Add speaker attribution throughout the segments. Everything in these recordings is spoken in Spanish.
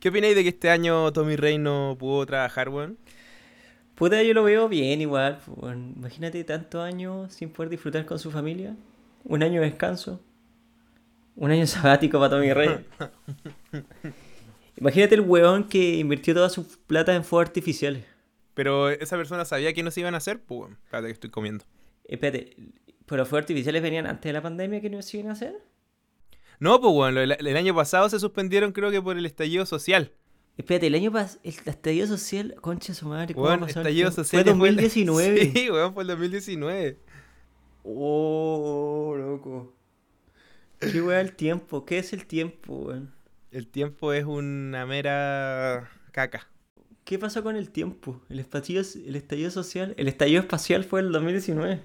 Speaker 1: ¿Qué opináis de que este año Tommy Rey no pudo trabajar, weón?
Speaker 2: Puta, yo lo veo bien igual. pues, weón. Imagínate tantos años sin poder disfrutar con su familia. Un año de descanso. Un año sabático para Tommy Rey. Imagínate el weón que invirtió toda su plata en fuegos artificiales.
Speaker 1: Pero esa persona sabía que no se iban a hacer, pues, weón. Espérate que estoy comiendo.
Speaker 2: Espérate, ¿pero los fuegos artificiales venían antes de la pandemia que no se iban a hacer?
Speaker 1: No, pues, weón. lo del- El, año pasado se suspendieron, creo que por el estallido social.
Speaker 2: Espérate, el año pasado, el estallido social, concha de su madre, ¿cómo
Speaker 1: Weón,
Speaker 2: ha pasado el
Speaker 1: estallido
Speaker 2: tiempo?
Speaker 1: social.
Speaker 2: Fue
Speaker 1: ya
Speaker 2: 2019.
Speaker 1: Sí, weón, fue el 2019.
Speaker 2: Oh, loco. Qué weá el tiempo, ¿qué es el tiempo, weón?
Speaker 1: El tiempo es una mera caca.
Speaker 2: ¿Qué pasó con el tiempo? El estallido, el estallido social, el estallido espacial fue el 2019.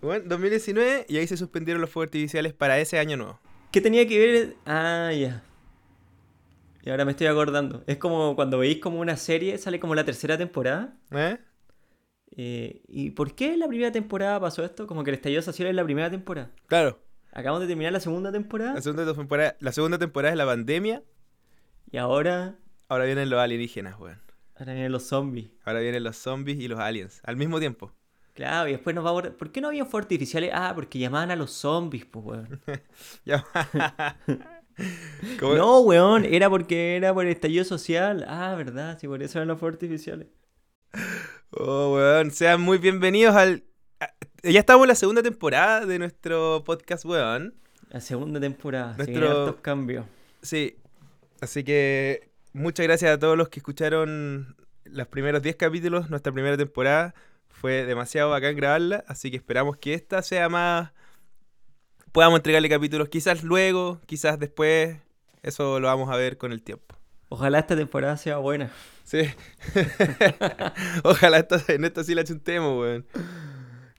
Speaker 1: Bueno, 2019 y ahí se suspendieron los fuegos artificiales para ese año nuevo.
Speaker 2: ¿Qué tenía que ver? Ah, ya. Y ahora me estoy acordando. Es como cuando veis como una serie, sale como la tercera temporada.
Speaker 1: ¿Eh?
Speaker 2: eh, ¿Y por qué en la primera temporada pasó esto? Como que el estallido social es la primera temporada.
Speaker 1: Claro.
Speaker 2: Acabamos de terminar la segunda temporada
Speaker 1: La segunda temporada, la segunda temporada es la pandemia.
Speaker 2: y ahora,
Speaker 1: Ahora vienen los alienígenas, weón.
Speaker 2: ahora vienen los zombies.
Speaker 1: Ahora vienen los zombies y los aliens. Al mismo tiempo.
Speaker 2: Claro, y después nos va a borrar. ¿Por qué no habían fuegos artificiales? Ah, porque llamaban a los zombies, pues, weón.
Speaker 1: Ya. Como-
Speaker 2: No, weón, era porque era por el estallido social. Ah, verdad, sí, por eso eran los fuegos artificiales.
Speaker 1: Oh, weón. Sean muy bienvenidos al. a- Ya estamos en la segunda temporada de nuestro podcast, weón.
Speaker 2: La segunda temporada, se
Speaker 1: Nuestro-
Speaker 2: vienen hartos cambios.
Speaker 1: Sí. Así que muchas gracias a todos los que escucharon los primeros 10 capítulos. Nuestra primera temporada fue demasiado bacán grabarla. Así que esperamos que esta sea más. Podamos entregarle capítulos quizás luego, quizás después. Eso lo vamos a ver con el tiempo.
Speaker 2: Ojalá esta temporada sea buena.
Speaker 1: Sí. Ojalá esto- en esto sí la chuntemos, weón.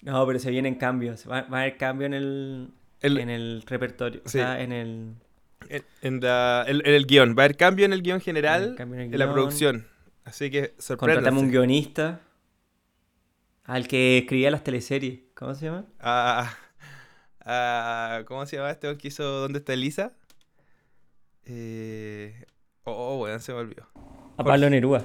Speaker 2: No, pero se vienen cambios. Va, va a haber cambio en el,
Speaker 1: El-
Speaker 2: en el repertorio. O
Speaker 1: Sí.
Speaker 2: sea, en el.
Speaker 1: En, en la- en- en el guión. Va a haber cambio en el guión
Speaker 2: En
Speaker 1: general,
Speaker 2: el cambio en el
Speaker 1: en la
Speaker 2: guión.
Speaker 1: producción. Así que sorpréndanse.
Speaker 2: Contratamos un guionista. Al que escribía las teleseries. ¿Cómo se llama?
Speaker 1: a, a- ah, ¿Cómo se llama este weón que hizo ¿Dónde está Elisa? Eh, oh, weón, se me olvidó.
Speaker 2: A Pablo Neruda.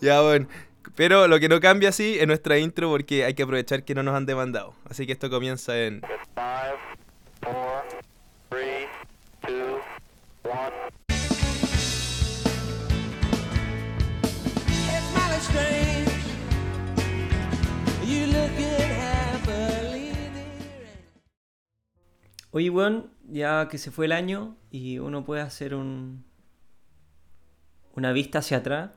Speaker 1: Ya, bueno. Pero lo que no cambia sí es nuestra intro porque hay que aprovechar que no nos han demandado. Así que esto comienza en...
Speaker 3: Five, four, three, two, one.
Speaker 4: It's mighty strange. You look good happily, dear. and-
Speaker 2: Oye, weón, ya que se fue el año y uno puede hacer un una vista hacia atrás.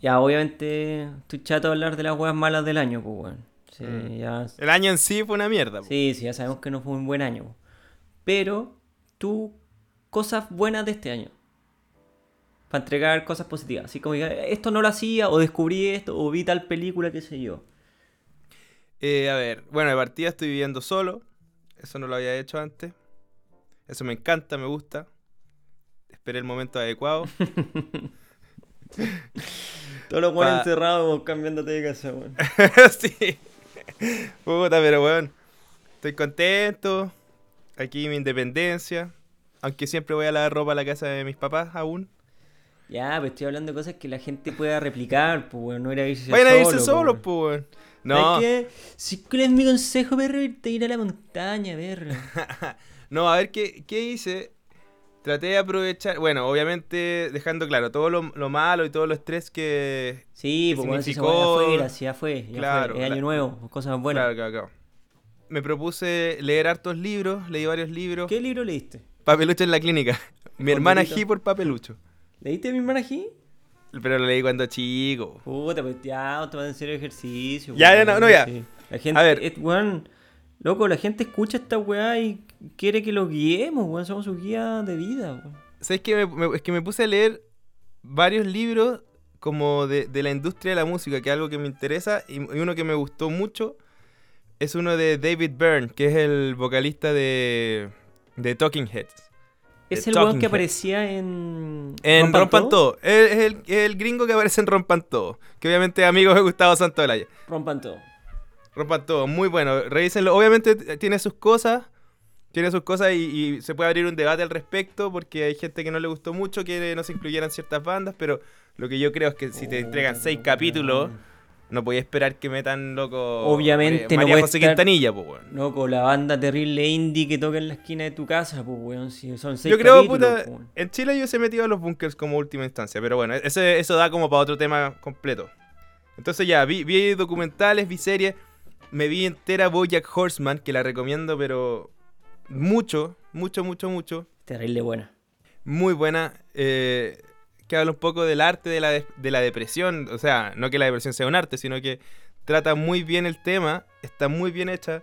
Speaker 2: Ya, obviamente, estoy chato de hablar de las weas malas del año, pues, weón. Sí, ya,
Speaker 1: El año en sí fue una mierda. po.
Speaker 2: sí, sí, ya sabemos que no fue un buen año. po. Pero, tú, cosas buenas de este año. Para entregar cosas positivas. Así como, diga, esto no lo hacía, o descubrí esto, o vi tal película, qué sé yo.
Speaker 1: Eh, a ver, bueno, de partida estoy viviendo solo. Eso no lo había hecho antes. Eso me encanta, me gusta. Esperé el momento adecuado.
Speaker 2: Todos los weones
Speaker 1: Pa-
Speaker 2: encerrados cambiándote de casa, weón.
Speaker 1: sí. Puta, pero bueno. Estoy contento. Aquí mi independencia. Aunque siempre voy a lavar ropa a la casa de mis papás aún.
Speaker 2: Ya, pero estoy hablando de cosas que la gente pueda replicar, pues, weón, no ir a irse
Speaker 1: Vayan a irse
Speaker 2: solo,
Speaker 1: solos,
Speaker 2: weón.
Speaker 1: pues. weón. No,
Speaker 2: ¿Sabes qué? Si crees mi consejo, perro, irte a ir a la montaña, perro.
Speaker 1: no, a ver qué, qué hice. Traté de aprovechar, bueno, obviamente dejando claro todo lo, lo malo y todo lo estrés que
Speaker 2: Sí,
Speaker 1: ¿Qué
Speaker 2: pues, bueno, si se
Speaker 1: significó?
Speaker 2: fue afuera, si ya fue, ya
Speaker 1: Claro,
Speaker 2: fue. Es año
Speaker 1: la-
Speaker 2: nuevo, pues, cosas buenas.
Speaker 1: Claro, claro, claro. Me propuse leer hartos libros, leí varios libros.
Speaker 2: ¿Qué libro leíste?
Speaker 1: Papelucho en la clínica. Mi hermana
Speaker 2: Corderito.
Speaker 1: G por Papelucho.
Speaker 2: ¿Leíste a mi hermana G?
Speaker 1: Pero lo leí cuando chico.
Speaker 2: Puta, pues ya, tomando en serio ejercicio.
Speaker 1: Ya,
Speaker 2: weón,
Speaker 1: ya, no, no, ya.
Speaker 2: sí. La gente,
Speaker 1: A ver.
Speaker 2: es- weón, loco, la gente escucha esta weá y quiere que los guiemos, weón, somos sus guías de vida, weón.
Speaker 1: ¿Sabes qué? Me- me- es que me puse a leer varios libros como de, de la industria de la música, que es algo que me interesa. Y, y uno que me gustó mucho es uno de David Byrne, que es el vocalista de, de Talking Heads.
Speaker 2: Es
Speaker 1: The
Speaker 2: el weón
Speaker 1: Talking
Speaker 2: que
Speaker 1: Heads.
Speaker 2: aparecía en...
Speaker 1: Eh, En
Speaker 2: ¿Rompan
Speaker 1: Rompan Todo. Es es el, es el gringo que aparece en Rompan Todo. Que obviamente es amigo de Gustavo Santaolalla.
Speaker 2: Rompan todo.
Speaker 1: Rompan todo, muy bueno. Revísenlo. Obviamente t- tiene sus cosas. tiene sus cosas y, y se puede abrir un debate al respecto porque hay gente que no le gustó mucho que no se incluyeran ciertas bandas, pero lo que yo creo es que si te entregan seis capítulos, no podía esperar que metan loco.
Speaker 2: Obviamente
Speaker 1: eh,
Speaker 2: no
Speaker 1: María
Speaker 2: puede
Speaker 1: José
Speaker 2: estar-
Speaker 1: Quintanilla, pues, weón.
Speaker 2: No, con la banda terrible indie que toca en la esquina de tu casa, pues, weón. Si son seis
Speaker 1: Yo creo,
Speaker 2: capítulos,
Speaker 1: puta,
Speaker 2: pues, weón.
Speaker 1: en Chile yo se he metido a los bunkers como última instancia, pero bueno, ese- eso da como para otro tema completo. Entonces ya, vi, vi documentales, vi series, me vi entera Bojack Horseman, que la recomiendo, pero mucho, mucho, mucho, mucho.
Speaker 2: Terrible buena.
Speaker 1: Muy buena, eh, que habla un poco del arte de la, des- de la depresión, o sea, no que la depresión sea un arte, sino que trata muy bien el tema, está muy bien hecha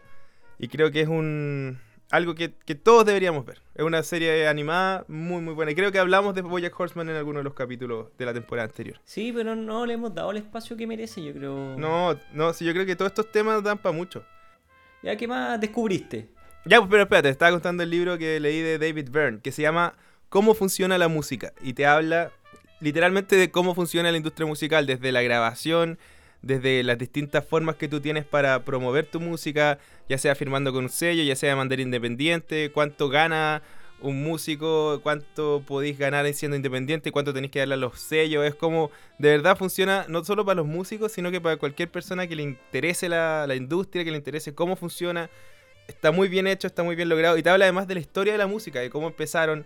Speaker 1: y creo que es un algo que, que todos deberíamos ver. Es una serie animada muy muy buena y creo que hablamos de Bojack Horseman en alguno de los capítulos de la temporada anterior.
Speaker 2: Sí, pero no le hemos dado el espacio que merece, yo creo.
Speaker 1: No, no, sí, yo creo que todos estos temas dan para mucho.
Speaker 2: Ya, ¿qué más descubriste?
Speaker 1: Ya, pues, pero espérate, estaba contando el libro que leí de David Byrne, que se llama Cómo funciona la música, y te habla literalmente de cómo funciona la industria musical, desde la grabación, desde las distintas formas que tú tienes para promover tu música, ya sea firmando con un sello, ya sea de manera independiente, cuánto gana un músico, cuánto podéis ganar siendo independiente, cuánto tenéis que darle a los sellos, es como de verdad funciona no solo para los músicos, sino que para cualquier persona que le interese la, la industria, que le interese cómo funciona. Está muy bien hecho, está muy bien logrado. Y te habla además de la historia de la música, de cómo empezaron,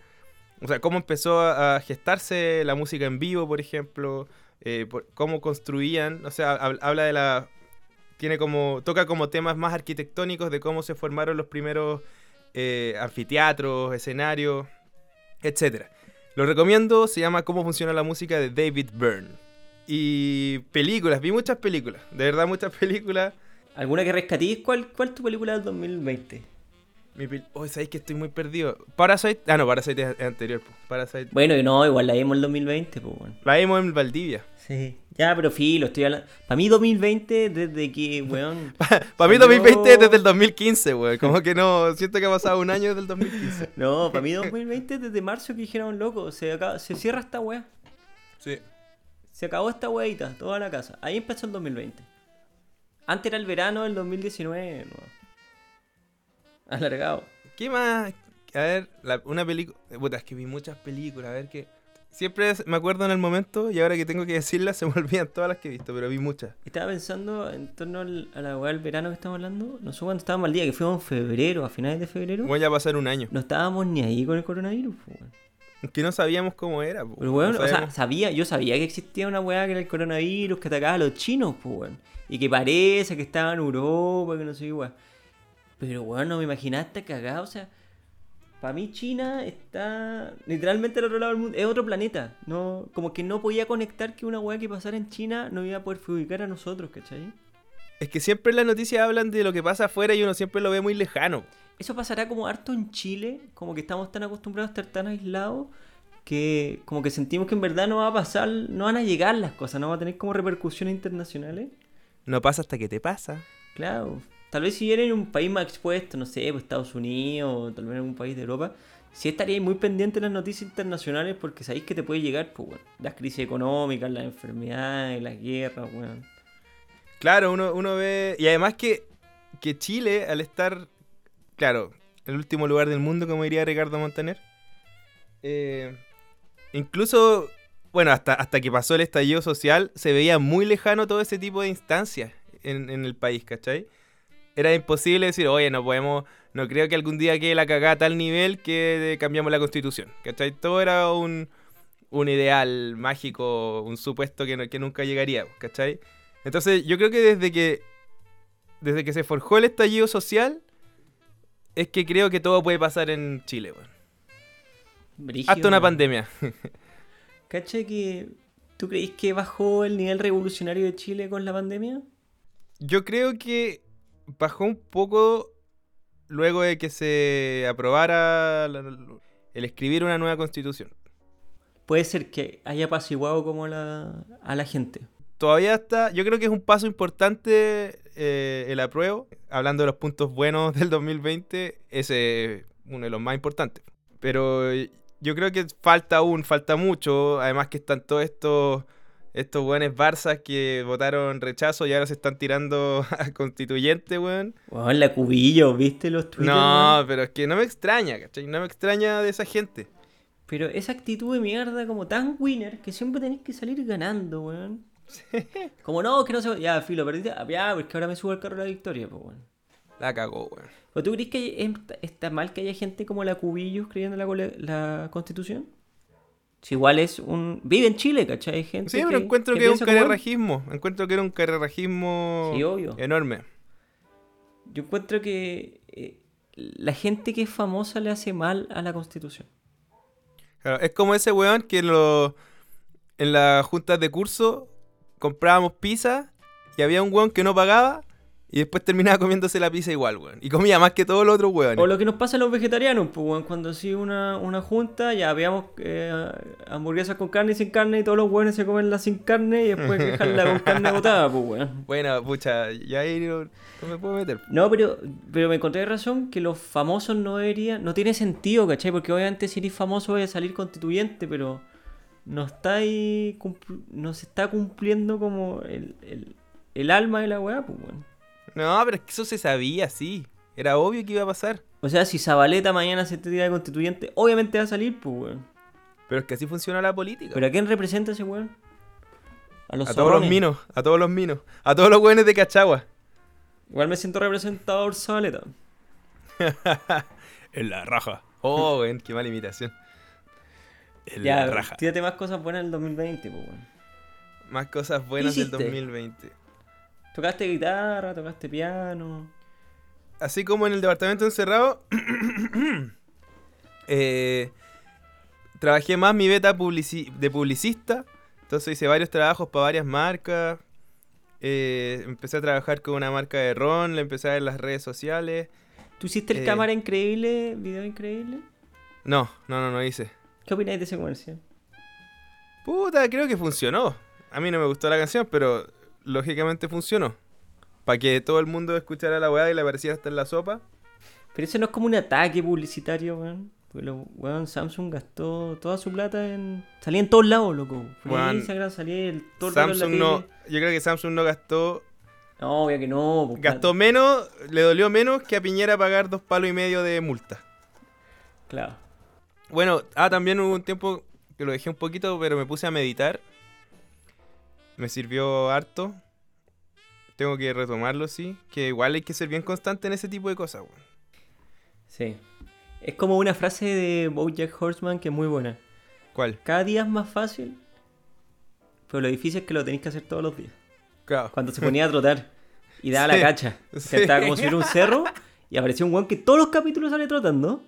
Speaker 1: o sea, cómo empezó a, a gestarse la música en vivo, por ejemplo, eh, por- cómo construían, o sea, hab- habla de la... Tiene como, toca como temas más arquitectónicos de cómo se formaron los primeros eh, anfiteatros, escenarios, etcétera. Lo recomiendo, se llama Cómo funciona la música de David Byrne. Y películas, vi muchas películas, de verdad muchas películas.
Speaker 2: ¿Alguna que rescatís? ¿Cuál, cuál es tu película del 2020?
Speaker 1: Mi pel- oh, sabéis que estoy muy perdido. Parasite, ah no, Parasite es es anterior, po. Parasite.
Speaker 2: Bueno, y no, igual la vimos el 2020, pues, weón.
Speaker 1: La vimos en Valdivia.
Speaker 2: Sí. Ya, pero filo, estoy hablando. Para mí 2020, desde que, weón.
Speaker 1: Para mí
Speaker 2: Salió-
Speaker 1: 2020 es desde el 2015, güey. Como que no, siento que ha pasado un año desde el 2015.
Speaker 2: No, para mí 2020 desde marzo que dijeron, loco, se, acaba- se cierra esta weá.
Speaker 1: Sí.
Speaker 2: Se acabó esta weita, toda la casa. Ahí empezó el 2020. Antes era el verano del 2019, weón. Alargado.
Speaker 1: ¿Qué más? A ver, la- una película... Puta, es que vi muchas películas, a ver qué... Siempre es- me acuerdo en el momento y ahora que tengo que decirlas se me olvidan todas las que he visto, pero vi muchas.
Speaker 2: Estaba pensando en torno al- a la weá del verano que estamos hablando. No sé cuándo estábamos al día, que fuimos en febrero, a finales de febrero.
Speaker 1: Voy a pasar un año.
Speaker 2: No estábamos ni ahí con el coronavirus, po, weón.
Speaker 1: Que no sabíamos cómo era, po.
Speaker 2: Pero, weón,
Speaker 1: No
Speaker 2: o sea,
Speaker 1: sabíamos.
Speaker 2: sabía, yo sabía que existía una weá que era el coronavirus que atacaba a los chinos, pues, weón. Y que parece que estaba en Europa, que no sé qué, weón. Pero, weón, no me imaginaste cagada, o sea. Para mí China está literalmente al otro lado del mundo, es otro planeta. No, como que no podía conectar que una weá que pasara en China no iba a poder ubicar a nosotros, ¿cachai?
Speaker 1: Es que siempre en las noticias hablan de lo que pasa afuera y uno siempre lo ve muy lejano.
Speaker 2: Eso pasará como harto en Chile, como que estamos tan acostumbrados a estar tan aislados que como que sentimos que en verdad no va a pasar, no van a llegar las cosas, no va a tener como repercusiones internacionales.
Speaker 1: No pasa hasta que te pasa.
Speaker 2: Claro, tal vez si viene en un país más expuesto, no sé, pues Estados Unidos o tal vez en algún país de Europa, sí estaríais muy pendiente de las noticias internacionales porque sabéis que te puede llegar, pues, bueno, las crisis económicas, las enfermedades, las guerras, weón.
Speaker 1: Claro, uno, uno ve. Y además que, que Chile, al estar, claro, el último lugar del mundo, como diría Ricardo Montaner, eh, incluso, bueno, hasta, hasta que pasó el estallido social, se veía muy lejano todo ese tipo de instancias en, en el país, ¿cachai? Era imposible decir, oye, no podemos, no creo que algún día quede la cagada a tal nivel que eh, cambiamos la constitución, ¿cachai? Todo era un, un ideal mágico, un supuesto que, no- que nunca llegaría, ¿cachai? Entonces, yo creo que desde que desde que se forjó el estallido social es que creo que todo puede pasar en Chile, weón.
Speaker 2: Brígido,
Speaker 1: Hasta una
Speaker 2: weón.
Speaker 1: pandemia.
Speaker 2: ¿Cacha que tú creís que bajó el nivel revolucionario de Chile con la pandemia?
Speaker 1: Yo creo que bajó un poco luego de que se aprobara la- el escribir una nueva constitución.
Speaker 2: Puede ser que haya apaciguado como la, a la gente.
Speaker 1: Todavía está, yo creo que es un paso importante eh, el apruebo. Hablando de los puntos buenos del 2020, ese es uno de los más importantes. Pero eh, yo creo que falta aún, falta mucho. Además que están todos estos estos weones Barzas que votaron rechazo y ahora se están tirando a constituyente, weón.
Speaker 2: Weón, la cubillo, ¿viste los tweets?
Speaker 1: No, pero es que no me extraña, ¿cachai? No me extraña de esa gente.
Speaker 2: Pero esa actitud de mierda como tan winner que siempre tenés que salir ganando, weón. Como no, que no se... Ya, filo, perdiste. Ah, Ya, porque ahora me subo al carro de la victoria, pues, weón.
Speaker 1: La cagó, weón.
Speaker 2: ¿Pero tú crees que es- está mal que haya gente como la Cubillos creyendo la, cole- la constitución? Si igual es un... Vive en Chile, ¿cachai? Hay gente
Speaker 1: Sí, pero encuentro que, es
Speaker 2: piensa
Speaker 1: un
Speaker 2: como él.
Speaker 1: carerrajismo. Encuentro que era un carerrajismo
Speaker 2: Sí, obvio.
Speaker 1: enorme.
Speaker 2: Yo encuentro que eh, la gente que es famosa le hace mal a la constitución.
Speaker 1: Claro, es como ese weón que lo, en las juntas de curso comprábamos pizza y había un weón que no pagaba y después terminaba comiéndose la pizza igual, weón. Y comía más que todos los otros weones.
Speaker 2: O lo que nos pasa a los vegetarianos, pues, weón, cuando así una, una junta, ya veamos eh, hamburguesas con carne y sin carne, y todos los buenos se comen las sin carne y después dejan la con carne botada, pues, weón.
Speaker 1: Bueno, pucha, ya ahí no, no me puedo meter.
Speaker 2: No, pero, pero me encontré razón que los famosos no deberían. No tiene sentido, ¿cachai? Porque obviamente si eres famoso vas a salir constituyente, pero no está ahí. cumpl- no se está cumpliendo como el, el, el alma de la weá, pues, weón.
Speaker 1: No, pero es que eso se sabía, sí. Era obvio que iba a pasar.
Speaker 2: O sea, si Zabaleta mañana se te tira de constituyente, obviamente va a salir, pues, weón.
Speaker 1: Pero es que así funciona la política.
Speaker 2: ¿Pero eh. a quién representa ese weón? A los
Speaker 1: a todos los
Speaker 2: zorrones.
Speaker 1: minos, a todos los minos, a todos los weones de Cachagua.
Speaker 2: Igual me siento representado por Zabaleta.
Speaker 1: En la raja. Oh, weón, qué mala imitación. En
Speaker 2: ya,
Speaker 1: la raja.
Speaker 2: tírate más cosas buenas del 2020, pues, weón.
Speaker 1: Más cosas buenas del
Speaker 2: hiciste?
Speaker 1: 2020.
Speaker 2: Tocaste guitarra, tocaste piano.
Speaker 1: así como en el departamento encerrado, eh, trabajé más mi beta publici- de publicista. Entonces hice varios trabajos para varias marcas. Eh, empecé a trabajar con una marca de ron, la empecé a ver en las redes sociales.
Speaker 2: ¿Tú hiciste el
Speaker 1: Eh.
Speaker 2: cámara increíble, video increíble?
Speaker 1: No, no, no, no hice.
Speaker 2: ¿Qué opináis de ese comercial?
Speaker 1: Puta, creo que funcionó. A mí no me gustó la canción, pero lógicamente funcionó. Para que todo el mundo escuchara la weá y le apareciera hasta en la sopa.
Speaker 2: Pero eso no es como un ataque publicitario, weón. Porque lo- weón, Samsung gastó toda su plata en. Salía en todos lados, loco. Fue
Speaker 1: Weón,
Speaker 2: Instagram, salía el, todo el rato en la
Speaker 1: Samsung no.
Speaker 2: tele.
Speaker 1: Yo creo que Samsung no gastó
Speaker 2: No, obvio que no. pues,
Speaker 1: Gastó menos, le dolió menos que a Piñera pagar dos palos y medio de multa.
Speaker 2: Claro.
Speaker 1: Bueno, ah, también hubo un tiempo que lo dejé un poquito, pero me puse a meditar. Me sirvió harto. Tengo que retomarlo, sí. Que igual hay que ser bien constante en ese tipo de cosas, weón.
Speaker 2: Sí. Es como una frase de Bojack Horseman que es muy buena.
Speaker 1: ¿Cuál?
Speaker 2: Cada día es más fácil, pero lo difícil es que lo tenéis que hacer todos los días.
Speaker 1: Claro.
Speaker 2: Cuando se ponía a trotar y daba
Speaker 1: Sí,
Speaker 2: la cacha. que
Speaker 1: sí.
Speaker 2: Estaba como subir un cerro y apareció un weón que todos los capítulos sale trotando.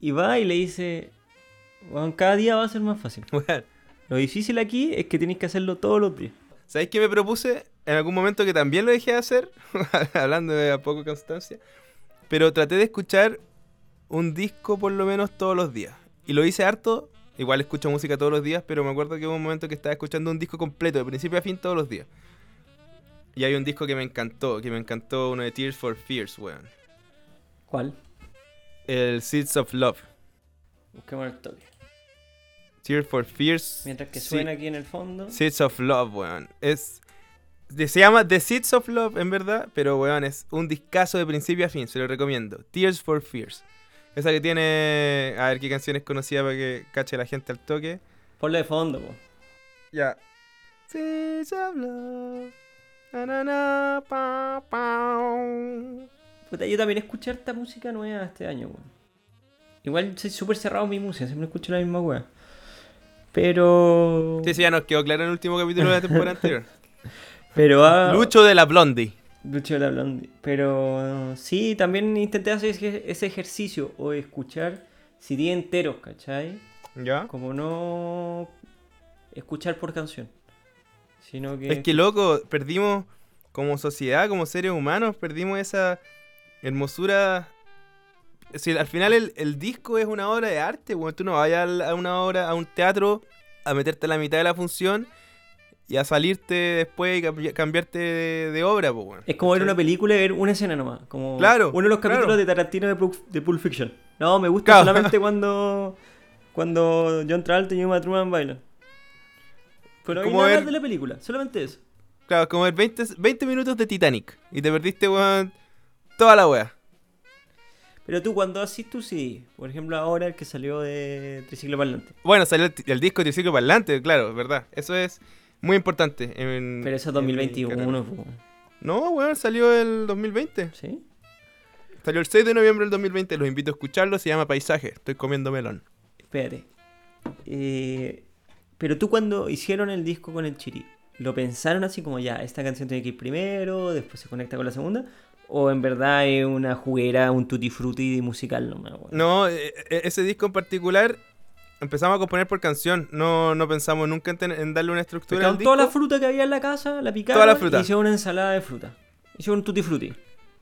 Speaker 2: Y va y le dice, weón, cada día va a ser más fácil.
Speaker 1: Weón,
Speaker 2: Lo difícil aquí es que tenéis que hacerlo todos los días.
Speaker 1: ¿Sabéis qué me propuse? En algún momento que también lo dejé de hacer, hablando de a poco constancia. Pero traté de escuchar un disco por lo menos todos los días. Y lo hice harto. Igual escucho música todos los días, pero me acuerdo que hubo un momento que estaba escuchando un disco completo, de principio a fin, todos los días. Y hay un disco que me encantó, que me encantó, uno de Tears for Fears, weón.
Speaker 2: ¿Cuál?
Speaker 1: El Seeds of Love.
Speaker 2: Busquemos el toque.
Speaker 1: Tears for Fears.
Speaker 2: Mientras que
Speaker 1: Se-
Speaker 2: suena aquí en el fondo.
Speaker 1: Seeds of Love, weón. Es. de- Se llama The Seeds of Love, en verdad, pero weón, es un discazo de principio a fin, se lo recomiendo. Tears for Fears. Esa que tiene. A ver qué canción es conocida para que cache la gente al toque.
Speaker 2: Ponlo de fondo, po.
Speaker 1: Ya. Seeds of Love. Na, na, na, pa, oh. pa.
Speaker 2: Puta, yo también escuché harta música nueva este año, weón. Igual soy súper cerrado en mi música, siempre escucho la misma weá. Pero.
Speaker 1: Sí, sí, ya nos quedó claro en el último capítulo de la temporada anterior.
Speaker 2: Pero ah,
Speaker 1: Lucho de la Blondie.
Speaker 2: Lucho de la Blondie. Pero eh, sí, también intenté hacer ese ese ejercicio o escuchar CD enteros, ¿cachai?
Speaker 1: ¿Ya?
Speaker 2: Como no escuchar por canción. Sino que.
Speaker 1: Es que loco, perdimos como sociedad, como seres humanos, perdimos esa hermosura. O sea, al final el, el disco es una obra de arte, bueno, tú no vayas al- a una obra, a un teatro, a meterte a la mitad de la función y a salirte después y cambi- cambiarte de, de obra, pues bueno.
Speaker 2: Es como ver una película y ver una escena nomás. Como
Speaker 1: Claro,
Speaker 2: uno de los capítulos
Speaker 1: claro.
Speaker 2: de Tarantino de, Pulp- de Pulp Fiction. No, me gusta
Speaker 1: Claro.
Speaker 2: solamente cuando cuando John Travolta y Uma Truman bailan. No hay
Speaker 1: como
Speaker 2: nada
Speaker 1: ver-
Speaker 2: más de la película, solamente eso.
Speaker 1: Claro, como el 20, 20 minutos de Titanic. Y te perdiste, weón, toda la wea.
Speaker 2: Pero tú cuando haces tú sí, por ejemplo ahora el que salió de Triciclo Parlante.
Speaker 1: Bueno, salió el, el disco Triciclo Parlante, claro, verdad. Eso es muy importante. en-
Speaker 2: Pero eso es
Speaker 1: en mi carrera.
Speaker 2: 2021, po,
Speaker 1: No, weón, salió el 2020.
Speaker 2: ¿sí?
Speaker 1: Salió el 6 de noviembre del 2020. Los invito a escucharlo. Se llama Paisaje. Estoy comiendo melón.
Speaker 2: Espérate. Eh, pero tú cuando hicieron el disco con el Chiri, ¿lo pensaron así como ya, esta canción tiene que ir primero, después se conecta con la segunda? ¿O en verdad es una juguera, un tutti frutti musical? No, me acuerdo?
Speaker 1: No, e- e- ese disco en particular empezamos a componer por canción. No, no pensamos nunca en, ten- en darle una estructura al
Speaker 2: Pescaron
Speaker 1: disco.
Speaker 2: toda la fruta que había en la casa, la picaron
Speaker 1: Toda la fruta.
Speaker 2: y hicieron una ensalada de fruta. Hicieron un tutti frutti.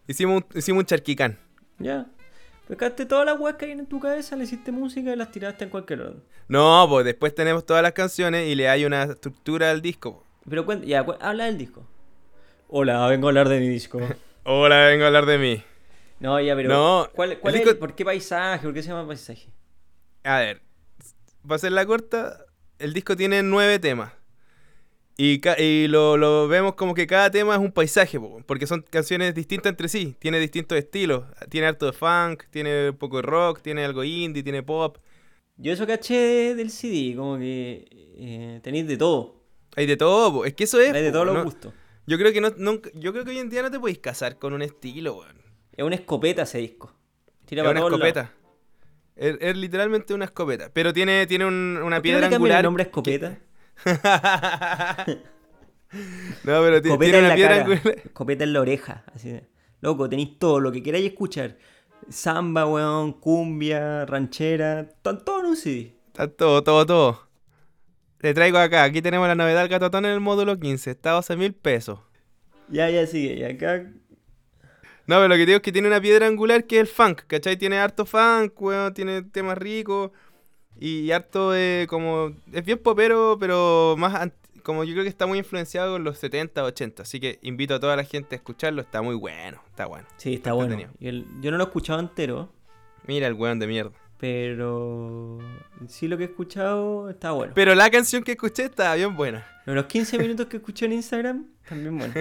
Speaker 1: Hicimos, un- hicimos un charquicán.
Speaker 2: Ya. Pescaste todas las weas que hay en tu cabeza, le hiciste música y las tiraste en cualquier orden.
Speaker 1: No, pues después tenemos todas las canciones y le hay una estructura al disco. po.
Speaker 2: Pero cuenta, ya, cu- habla del disco. Hola, vengo a hablar de mi disco.
Speaker 1: Hola, vengo a hablar de mí.
Speaker 2: No, ya, pero.
Speaker 1: No,
Speaker 2: ¿cuál,
Speaker 1: el
Speaker 2: cuál
Speaker 1: disco-
Speaker 2: es, el- ¿Por qué paisaje? ¿Por qué se llama paisaje?
Speaker 1: A ver, para hacer la corta, el disco tiene nueve temas. Y, ca- y lo, lo vemos como que cada tema es un paisaje, po, porque son canciones distintas entre sí, tiene distintos estilos, tiene harto de funk, tiene un poco de rock, tiene algo indie, tiene pop,
Speaker 2: Yo eso caché de- del CD, como que eh, tenéis de todo.
Speaker 1: hay de todo, po, es que eso es...
Speaker 2: Hay de
Speaker 1: po,
Speaker 2: todos los
Speaker 1: no-
Speaker 2: gustos.
Speaker 1: Yo creo que no, nunca- yo creo que hoy en día no te podéis casar con un estilo, weón.
Speaker 2: Es una escopeta ese disco. Tira
Speaker 1: Es
Speaker 2: para
Speaker 1: una
Speaker 2: todos lados.
Speaker 1: escopeta. Es, es literalmente una escopeta. Pero tiene, tiene un- una
Speaker 2: ¿Por qué no
Speaker 1: piedra
Speaker 2: le cambian
Speaker 1: angular.
Speaker 2: el nombre a escopeta?
Speaker 1: no, pero ti-
Speaker 2: Escopeta
Speaker 1: tiene
Speaker 2: en
Speaker 1: una
Speaker 2: la
Speaker 1: piedra
Speaker 2: cara,
Speaker 1: angular.
Speaker 2: escopeta en la oreja. Así de, Loco, tenéis todo lo que queráis escuchar. Samba, weón, cumbia, ranchera. Están todos en un CD.
Speaker 1: Está todo, todo, todo. Te traigo acá. Aquí tenemos la novedad del gatatón en el módulo 15. Está a 12 mil pesos.
Speaker 2: Ya, ya, sigue. Y acá
Speaker 1: No, pero lo que digo es que tiene una piedra angular que es el funk, ¿cachai? Tiene harto funk, weón, tiene temas ricos y harto de como... Es bien popero, pero más... ant- Como yo creo que está muy influenciado con los 70, 80. Así que invito a toda la gente a escucharlo. Está muy bueno, está bueno.
Speaker 2: Sí, está bueno.
Speaker 1: entretenido.
Speaker 2: Y el- yo no lo he escuchado entero,
Speaker 1: Mira el weón de mierda.
Speaker 2: pero sí lo que he escuchado está bueno.
Speaker 1: Pero la canción que escuché estaba bien buena.
Speaker 2: Pero los 15 minutos que escuché en Instagram, también bueno.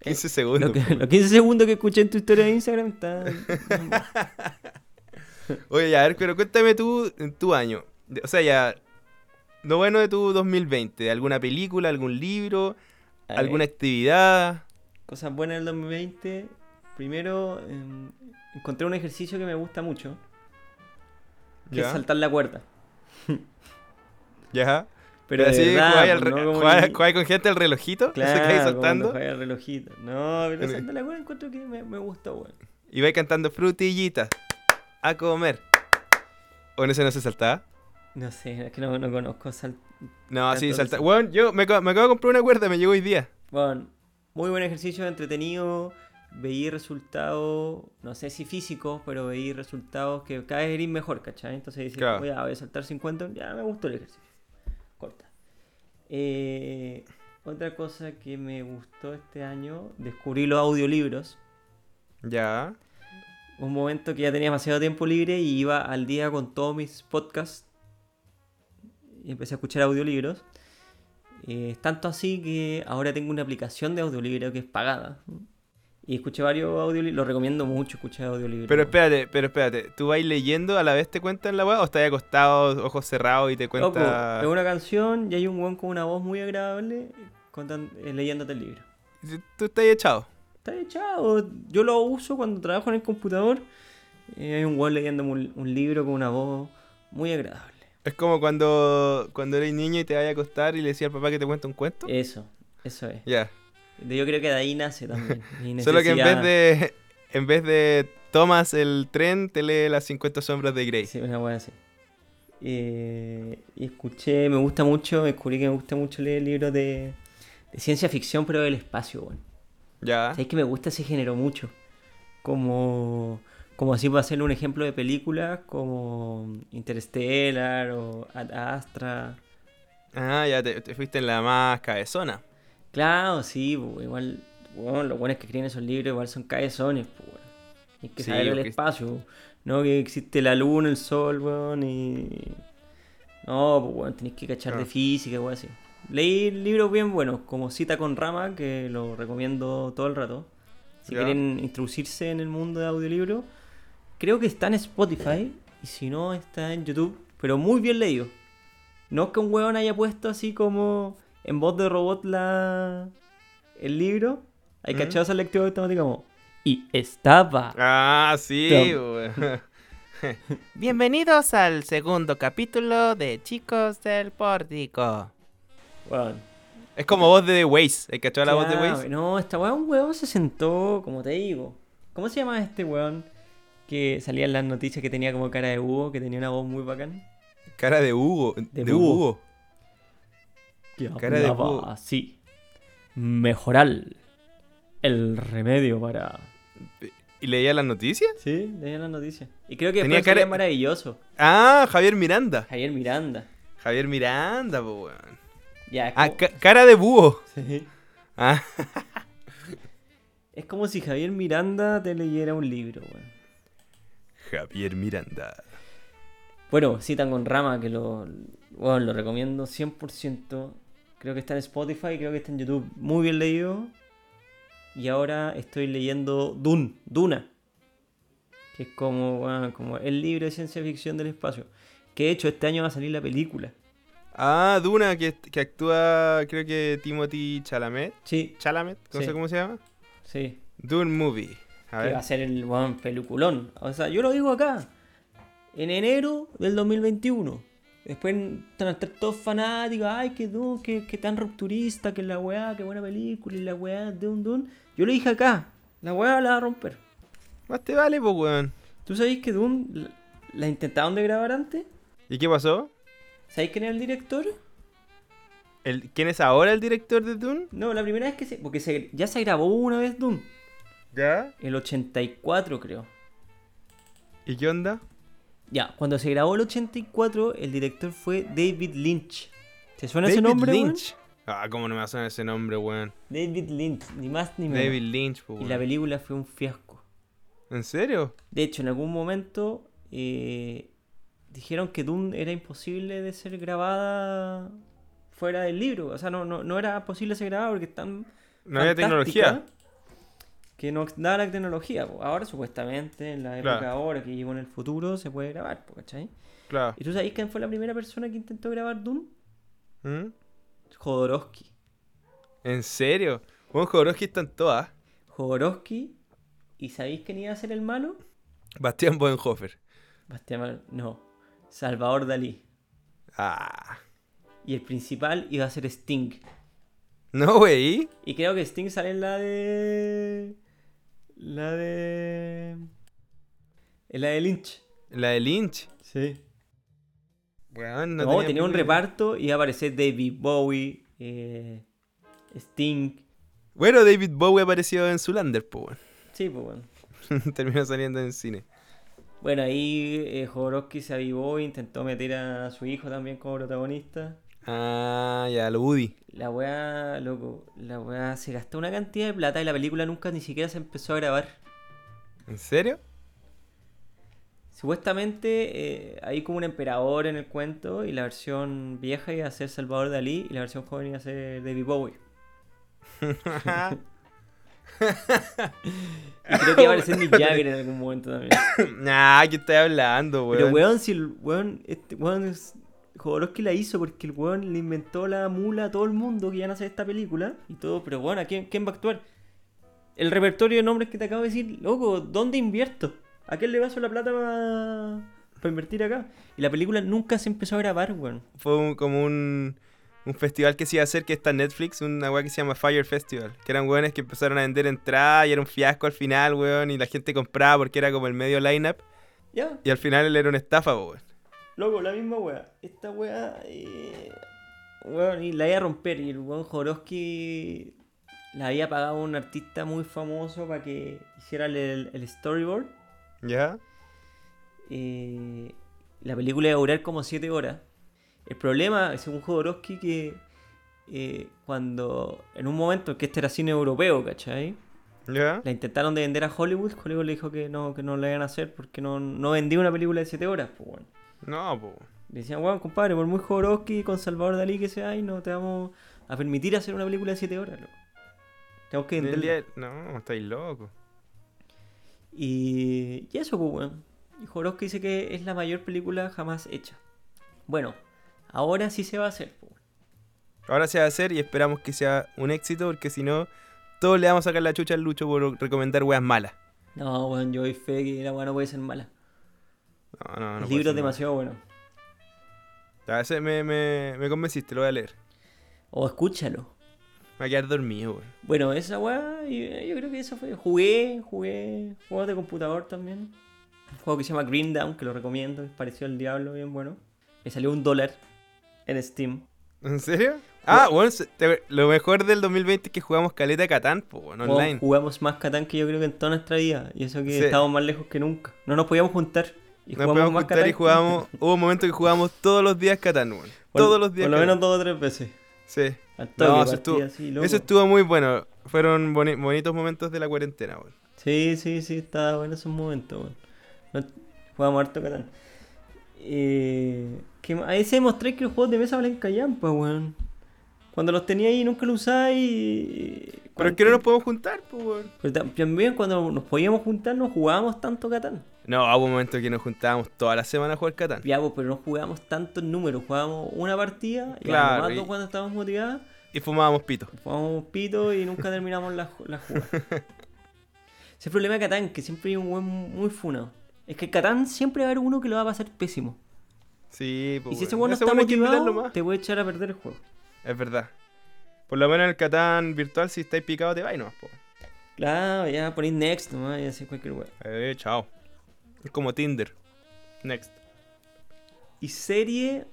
Speaker 1: 15 segundos.
Speaker 2: Eh, Lo que- los 15 segundos que escuché en tu historia de Instagram eh, está...
Speaker 1: Oye, ya, a ver, pero cuéntame tú en tu año. De- O sea, ya. Lo bueno de tu 2020. ¿Alguna película, algún libro,
Speaker 2: Eh.
Speaker 1: alguna actividad?
Speaker 2: Cosas buenas del 2020. Primero, em, encontré un ejercicio que me gusta mucho, que es
Speaker 1: Ya.
Speaker 2: saltar la cuerda.
Speaker 1: Ya.
Speaker 2: Pero de
Speaker 1: así
Speaker 2: verdad,
Speaker 1: jugáis al
Speaker 2: pues,
Speaker 1: re-
Speaker 2: no como
Speaker 1: jugáis-
Speaker 2: ni-
Speaker 1: jugáis con gente al relojito, se
Speaker 2: Claro,
Speaker 1: quedáis
Speaker 2: como cuando
Speaker 1: saltando
Speaker 2: juega el relojito. No, pero
Speaker 1: Ok.
Speaker 2: saltar la cuerda encuentro que me, me gustó, bueno.
Speaker 1: y vais cantando frutillitas a comer. ¿O en ese no se saltaba?
Speaker 2: No sé, es que no, no conozco sal-
Speaker 1: No, así
Speaker 2: Ah, Entonces-
Speaker 1: salta. Bueno, yo me, acabo- me acabo de comprar una cuerda, me llegó hoy día.
Speaker 2: Bueno, muy buen ejercicio, entretenido. Veí resultados, no sé si físicos, pero veí resultados que cada vez eres mejor, ¿cachai? Entonces dices,
Speaker 1: Claro.
Speaker 2: voy, a, voy a saltar 50, ya me gustó el ejercicio. Corta. Eh, otra cosa que me gustó este año, descubrí los audiolibros.
Speaker 1: Ya.
Speaker 2: Un momento que ya tenía demasiado tiempo libre y iba al día con todos mis podcasts. Y empecé a escuchar audiolibros. Eh, tanto así que ahora tengo una aplicación de audiolibro que es pagada. Y escuché varios audiolibros. Lo recomiendo mucho escuchar audiolibros.
Speaker 1: Pero espérate, pero espérate. ¿Tú vais leyendo a la vez te cuentan la weá o estás acostado, ojos cerrados y te
Speaker 2: Loco,
Speaker 1: cuenta.
Speaker 2: es una canción y hay un weón con una voz muy agradable contan- eh, leyéndote el libro.
Speaker 1: Tú estás echado.
Speaker 2: Está echado. Yo lo uso cuando trabajo en el computador. Eh, hay un weón leyéndome un- un libro con una voz muy agradable.
Speaker 1: Es como cuando, cuando eres niño y te vayas a acostar y le decías al papá que te cuente un cuento.
Speaker 5: Eh,
Speaker 2: Eso, eso es.
Speaker 1: Ya.
Speaker 2: De- Yo creo que de ahí nace también. mi
Speaker 1: Solo que en
Speaker 2: necesidad-
Speaker 1: vez de en vez de tomas el tren, te lee las 50 sombras de Grey.
Speaker 2: Sí, una wea así. Eh, y escuché, me gusta mucho, descubrí que me gusta mucho leer libros de, de ciencia ficción, pero del espacio, weón.
Speaker 1: Ya.
Speaker 2: ¿Sabes que me gusta ese género mucho? Como, como así para hacerle un ejemplo de películas como Interstellar o Ad Astra.
Speaker 1: Ah, ya te, te fuiste en la más cabezona.
Speaker 2: Claro, sí, po, igual, bueno, los buenos que escriben esos libros igual son cabezones, po, weón. Hay que
Speaker 1: Sí,
Speaker 2: saber el
Speaker 1: porque-
Speaker 2: espacio, ¿no? Que existe la luna, el sol, weón, y... No, pues bueno, tenéis que cachar de
Speaker 1: Claro.
Speaker 2: física, weón, así. Leí libros bien buenos, como Cita con Rama, que lo recomiendo todo el rato. Si
Speaker 1: Ya.
Speaker 2: quieren introducirse en el mundo de audiolibro, creo que está en Spotify y si no, está en YouTube, pero muy bien leído. No es que un weón haya puesto así como en voz de robot la... el libro. Hay
Speaker 1: ¿Mm?
Speaker 2: cachado esa lectura automática como. Y estaba.
Speaker 1: Ah, sí,
Speaker 2: Claro.
Speaker 1: weón.
Speaker 5: Bienvenidos al segundo capítulo de Chicos del Pórtico.
Speaker 2: Weón.
Speaker 1: Es como voz de The Waze. ¿Has cachado la voz de
Speaker 2: Claro,
Speaker 1: Waze?
Speaker 2: No, esta weón, weón se sentó, como te digo. ¿Cómo se llama este weón? Que salía en las noticias que tenía como cara de Hugo, que tenía una voz muy bacán.
Speaker 1: Cara de Hugo. De,
Speaker 2: De
Speaker 1: Hugo.
Speaker 2: Hugo.
Speaker 1: Cara de hablaba Hugo.
Speaker 2: así. Mejoral. El remedio para.
Speaker 1: ¿Y leía las noticias?
Speaker 2: Sí, tenía las noticias. Y creo que
Speaker 1: Tenía
Speaker 2: después
Speaker 1: cara-
Speaker 2: sería maravilloso.
Speaker 1: Ah, Javier Miranda.
Speaker 2: Javier Miranda.
Speaker 1: Javier Miranda, po, weón.
Speaker 2: Ya, es
Speaker 1: Ah,
Speaker 2: como-
Speaker 1: ca- cara de búho.
Speaker 2: Sí.
Speaker 1: Ah,
Speaker 2: Es como si Javier Miranda te leyera un libro, weón.
Speaker 1: Javier Miranda.
Speaker 2: Bueno, citan con Rama, que lo, bueno, lo recomiendo 100%. Creo que está en Spotify, creo que está en YouTube. Muy bien leído. Y ahora estoy leyendo Dune, Duna. Que es como, bueno, como el libro de ciencia ficción del espacio. Que de hecho este año va a salir la película.
Speaker 1: Ah, Duna, que, que actúa, creo que Timothy Chalamet.
Speaker 2: Sí,
Speaker 1: Chalamet, no
Speaker 2: Sí.
Speaker 1: sé cómo se llama.
Speaker 2: sí.
Speaker 1: Dune Movie. A
Speaker 2: Que
Speaker 1: ver.
Speaker 2: va a ser el bueno, peliculón. O sea, yo lo digo acá. En enero del 2021. Después están a estar todos fanáticos. Ay, que Dune, que, que tan rupturista, que la weá, que buena película, y la weá, Dune, Dune. Yo lo dije acá. La weá la va a romper.
Speaker 1: Más te vale, po, weón.
Speaker 2: ¿Tú sabéis que Dune la, la intentaron de grabar antes?
Speaker 1: ¿Y qué pasó?
Speaker 2: ¿Sabéis quién era el director?
Speaker 1: ¿El, ¿Quién es ahora el director de Dune?
Speaker 2: No, la primera vez que se. Porque se- ya se grabó una vez Dune.
Speaker 1: ¿Ya?
Speaker 2: El 84, creo.
Speaker 1: ¿Y qué onda?
Speaker 2: Ya, cuando se grabó el 84, el director fue David Lynch. ¿Te suena ese
Speaker 1: David
Speaker 2: nombre? weón?
Speaker 1: Lynch. Ah, cómo no me suena ese nombre, weón.
Speaker 2: David Lynch, ni más ni menos.
Speaker 1: David Lynch, po,
Speaker 2: y la
Speaker 1: weón.
Speaker 2: película fue un fiasco.
Speaker 1: ¿En serio?
Speaker 2: De hecho, en algún momento eh, dijeron que Dune era imposible de ser grabada fuera del libro. O sea, no, no, no era posible ser grabada porque están.
Speaker 1: No había tecnología.
Speaker 2: Que no daba la tecnología. po. Ahora, supuestamente, en la época
Speaker 1: Claro.
Speaker 2: ahora que llegó en el futuro, se puede grabar, po, ¿cachai?
Speaker 1: Claro.
Speaker 2: ¿Y tú sabes quién fue la primera persona que intentó grabar Dune?
Speaker 1: ¿Mm?
Speaker 2: Jodorowsky.
Speaker 1: ¿En serio? Weón, Jodorowsky está en todas.
Speaker 2: Jodorowsky. ¿Y sabéis quién iba a ser el malo?
Speaker 1: Bastián Bodenhofer.
Speaker 2: Bastián, Mal- no. Salvador Dalí.
Speaker 1: Ah.
Speaker 2: Y el principal iba a ser Sting.
Speaker 1: No, wey.
Speaker 2: Y creo que Sting sale en la de. La de. En la de Lynch.
Speaker 1: La de Lynch.
Speaker 2: Sí.
Speaker 1: Weón,
Speaker 2: No,
Speaker 1: no,
Speaker 2: tenía, un
Speaker 1: pulga.
Speaker 2: reparto y iba a aparecer David Bowie, eh, Sting.
Speaker 1: Bueno, David Bowie apareció en Zulander, po, weón.
Speaker 2: Sí, pues bueno.
Speaker 1: Terminó saliendo en cine.
Speaker 2: Bueno, ahí eh, Jodorowsky se avivó e intentó meter a su hijo también como protagonista.
Speaker 1: Ah, ya, lo Woody.
Speaker 2: La weá, loco, la weá se gastó una cantidad de plata y la película nunca ni siquiera se empezó a grabar.
Speaker 1: ¿En serio?
Speaker 2: Supuestamente eh, hay como un emperador en el cuento y la versión vieja iba a ser Salvador Dalí y la versión joven iba a ser David Bowie. Y creo que iba a aparecer Mick Jagger en algún momento también.
Speaker 1: nah, ¿qué estás hablando, weón?
Speaker 2: Pero weón, si el weón, este weón es... Jodorowsky la hizo porque el weón le inventó la mula a todo el mundo que iban a hacer esta película y todo, pero bueno, ¿a quién, quién va a actuar? El repertorio de nombres que te acabo de decir, loco, ¿dónde invierto? ¿A quién le paso la plata para invertir acá? Y la película nunca se empezó a grabar, weón.
Speaker 1: Fue un- como un, un festival que se iba a hacer que está en Netflix, una weá que se llama Fire Festival. Que eran weones que empezaron a vender entradas y era un fiasco al final, weón. Y la gente compraba porque era como el medio lineup.
Speaker 2: Ya,
Speaker 1: Y al final él era una estafa, po, weón.
Speaker 2: Loco, la misma weá. Esta weá. eh, weón, y la iba a romper. Y el weón Joroski la había pagado a un artista muy famoso para que hiciera el, el storyboard.
Speaker 1: ¿Ya?
Speaker 2: Eh, la película iba a durar como 7 horas. El problema, según Jodorowsky, que eh, cuando. En un momento, que este era cine europeo, ¿cachai?
Speaker 1: ¿Ya?
Speaker 2: La intentaron de vender a Hollywood. Hollywood le dijo que no, que no la iban a hacer porque no, no vendía una película de 7 horas, pues bueno.
Speaker 1: No, po.
Speaker 2: Le decían, weón, compadre, por muy Jodorowsky con Salvador Dalí que sea, y no te vamos a permitir hacer una película de 7 horas, loco. Tenemos que
Speaker 1: Del
Speaker 2: entenderlo.
Speaker 1: día- No, estáis locos.
Speaker 2: Y, y eso, pues, weón. Y Jodorowsky dice que es la mayor película jamás hecha. Bueno, ahora sí se va a hacer, pues, weón.
Speaker 1: Ahora se va a hacer y esperamos que sea un éxito, porque si no, todos le vamos a sacar la chucha al Lucho por recomendar weas malas.
Speaker 2: No, weón, yo doy fe que la weá no puede ser mala.
Speaker 1: No, no, no.
Speaker 2: El
Speaker 1: puede
Speaker 2: libro
Speaker 1: ser
Speaker 2: es demasiado bueno.
Speaker 1: malo. Ya, ese me, me, me convenciste, lo voy a leer.
Speaker 2: O escúchalo.
Speaker 1: Me voy a quedar dormido, weón.
Speaker 2: Bueno, esa weá, y- eh, yo creo que esa fue. Jugué, jugué juegos de computador también. Un juego que se llama Green Down, que lo recomiendo, es parecido al diablo, bien bueno. Me salió un dólar en Steam.
Speaker 1: ¿En serio? Ah, bueno, se- te- lo mejor del 2020 es que jugamos Caleta Catán, po, weón,
Speaker 2: Weón,
Speaker 1: online.
Speaker 2: jugamos más Catán que yo creo que en toda nuestra vida. Y eso que
Speaker 1: Sí.
Speaker 2: estábamos más lejos que nunca. No nos podíamos juntar. Y
Speaker 1: Nos podemos
Speaker 2: más
Speaker 1: juntar y
Speaker 2: que-
Speaker 1: jugamos. Hubo un momento que jugamos todos los días Catán, weón.
Speaker 2: por-
Speaker 1: Todos los días.
Speaker 2: Por lo menos
Speaker 1: Catán.
Speaker 2: dos o tres veces.
Speaker 1: Sí.
Speaker 2: Al toque,
Speaker 1: No, eso
Speaker 2: partida
Speaker 1: estuvo,
Speaker 2: así, loco.
Speaker 1: eso estuvo muy bueno. Fueron boni- bonitos momentos de la cuarentena, weón.
Speaker 2: Sí, sí, sí, estaba bueno esos momentos, weón. No, jugamos harto Catán. Eh, que, ma- ahí se demostré que los juegos de mesa valen callampa, weón. Cuando los tenía ahí nunca los usaba y...
Speaker 1: Pero es que no nos podemos juntar, po, weón.
Speaker 2: Pero tam- también cuando nos podíamos juntar no jugábamos tanto Catán.
Speaker 1: No, hubo un momento que nos juntábamos toda la semana a jugar Catán.
Speaker 2: Ya, pues, pero no jugábamos tanto en número, jugábamos una partida y
Speaker 1: Claro,
Speaker 2: además
Speaker 1: y-
Speaker 2: cuando estábamos motivados,
Speaker 1: Y fumábamos pito.
Speaker 2: jugábamos pito y nunca terminamos la, ju- la jugada. Ese es el problema de Catán, que siempre hay un buen muy funado. Es que Catán siempre va a haber uno que lo va a pasar pésimo.
Speaker 1: Sí, po,
Speaker 2: y si ese
Speaker 1: weón.
Speaker 2: weón no
Speaker 1: Ese
Speaker 2: está
Speaker 1: weón hay que invitarlo
Speaker 2: motivado,
Speaker 1: más.
Speaker 2: te voy a echar a perder el juego.
Speaker 1: Es verdad. Por lo menos en el Catán virtual, si estáis picados, te vais nomás, po.
Speaker 2: Claro, ya ponéis next nomás y así cualquier weón.
Speaker 1: Eh, chao. Es como Tinder. Next.
Speaker 2: Y serie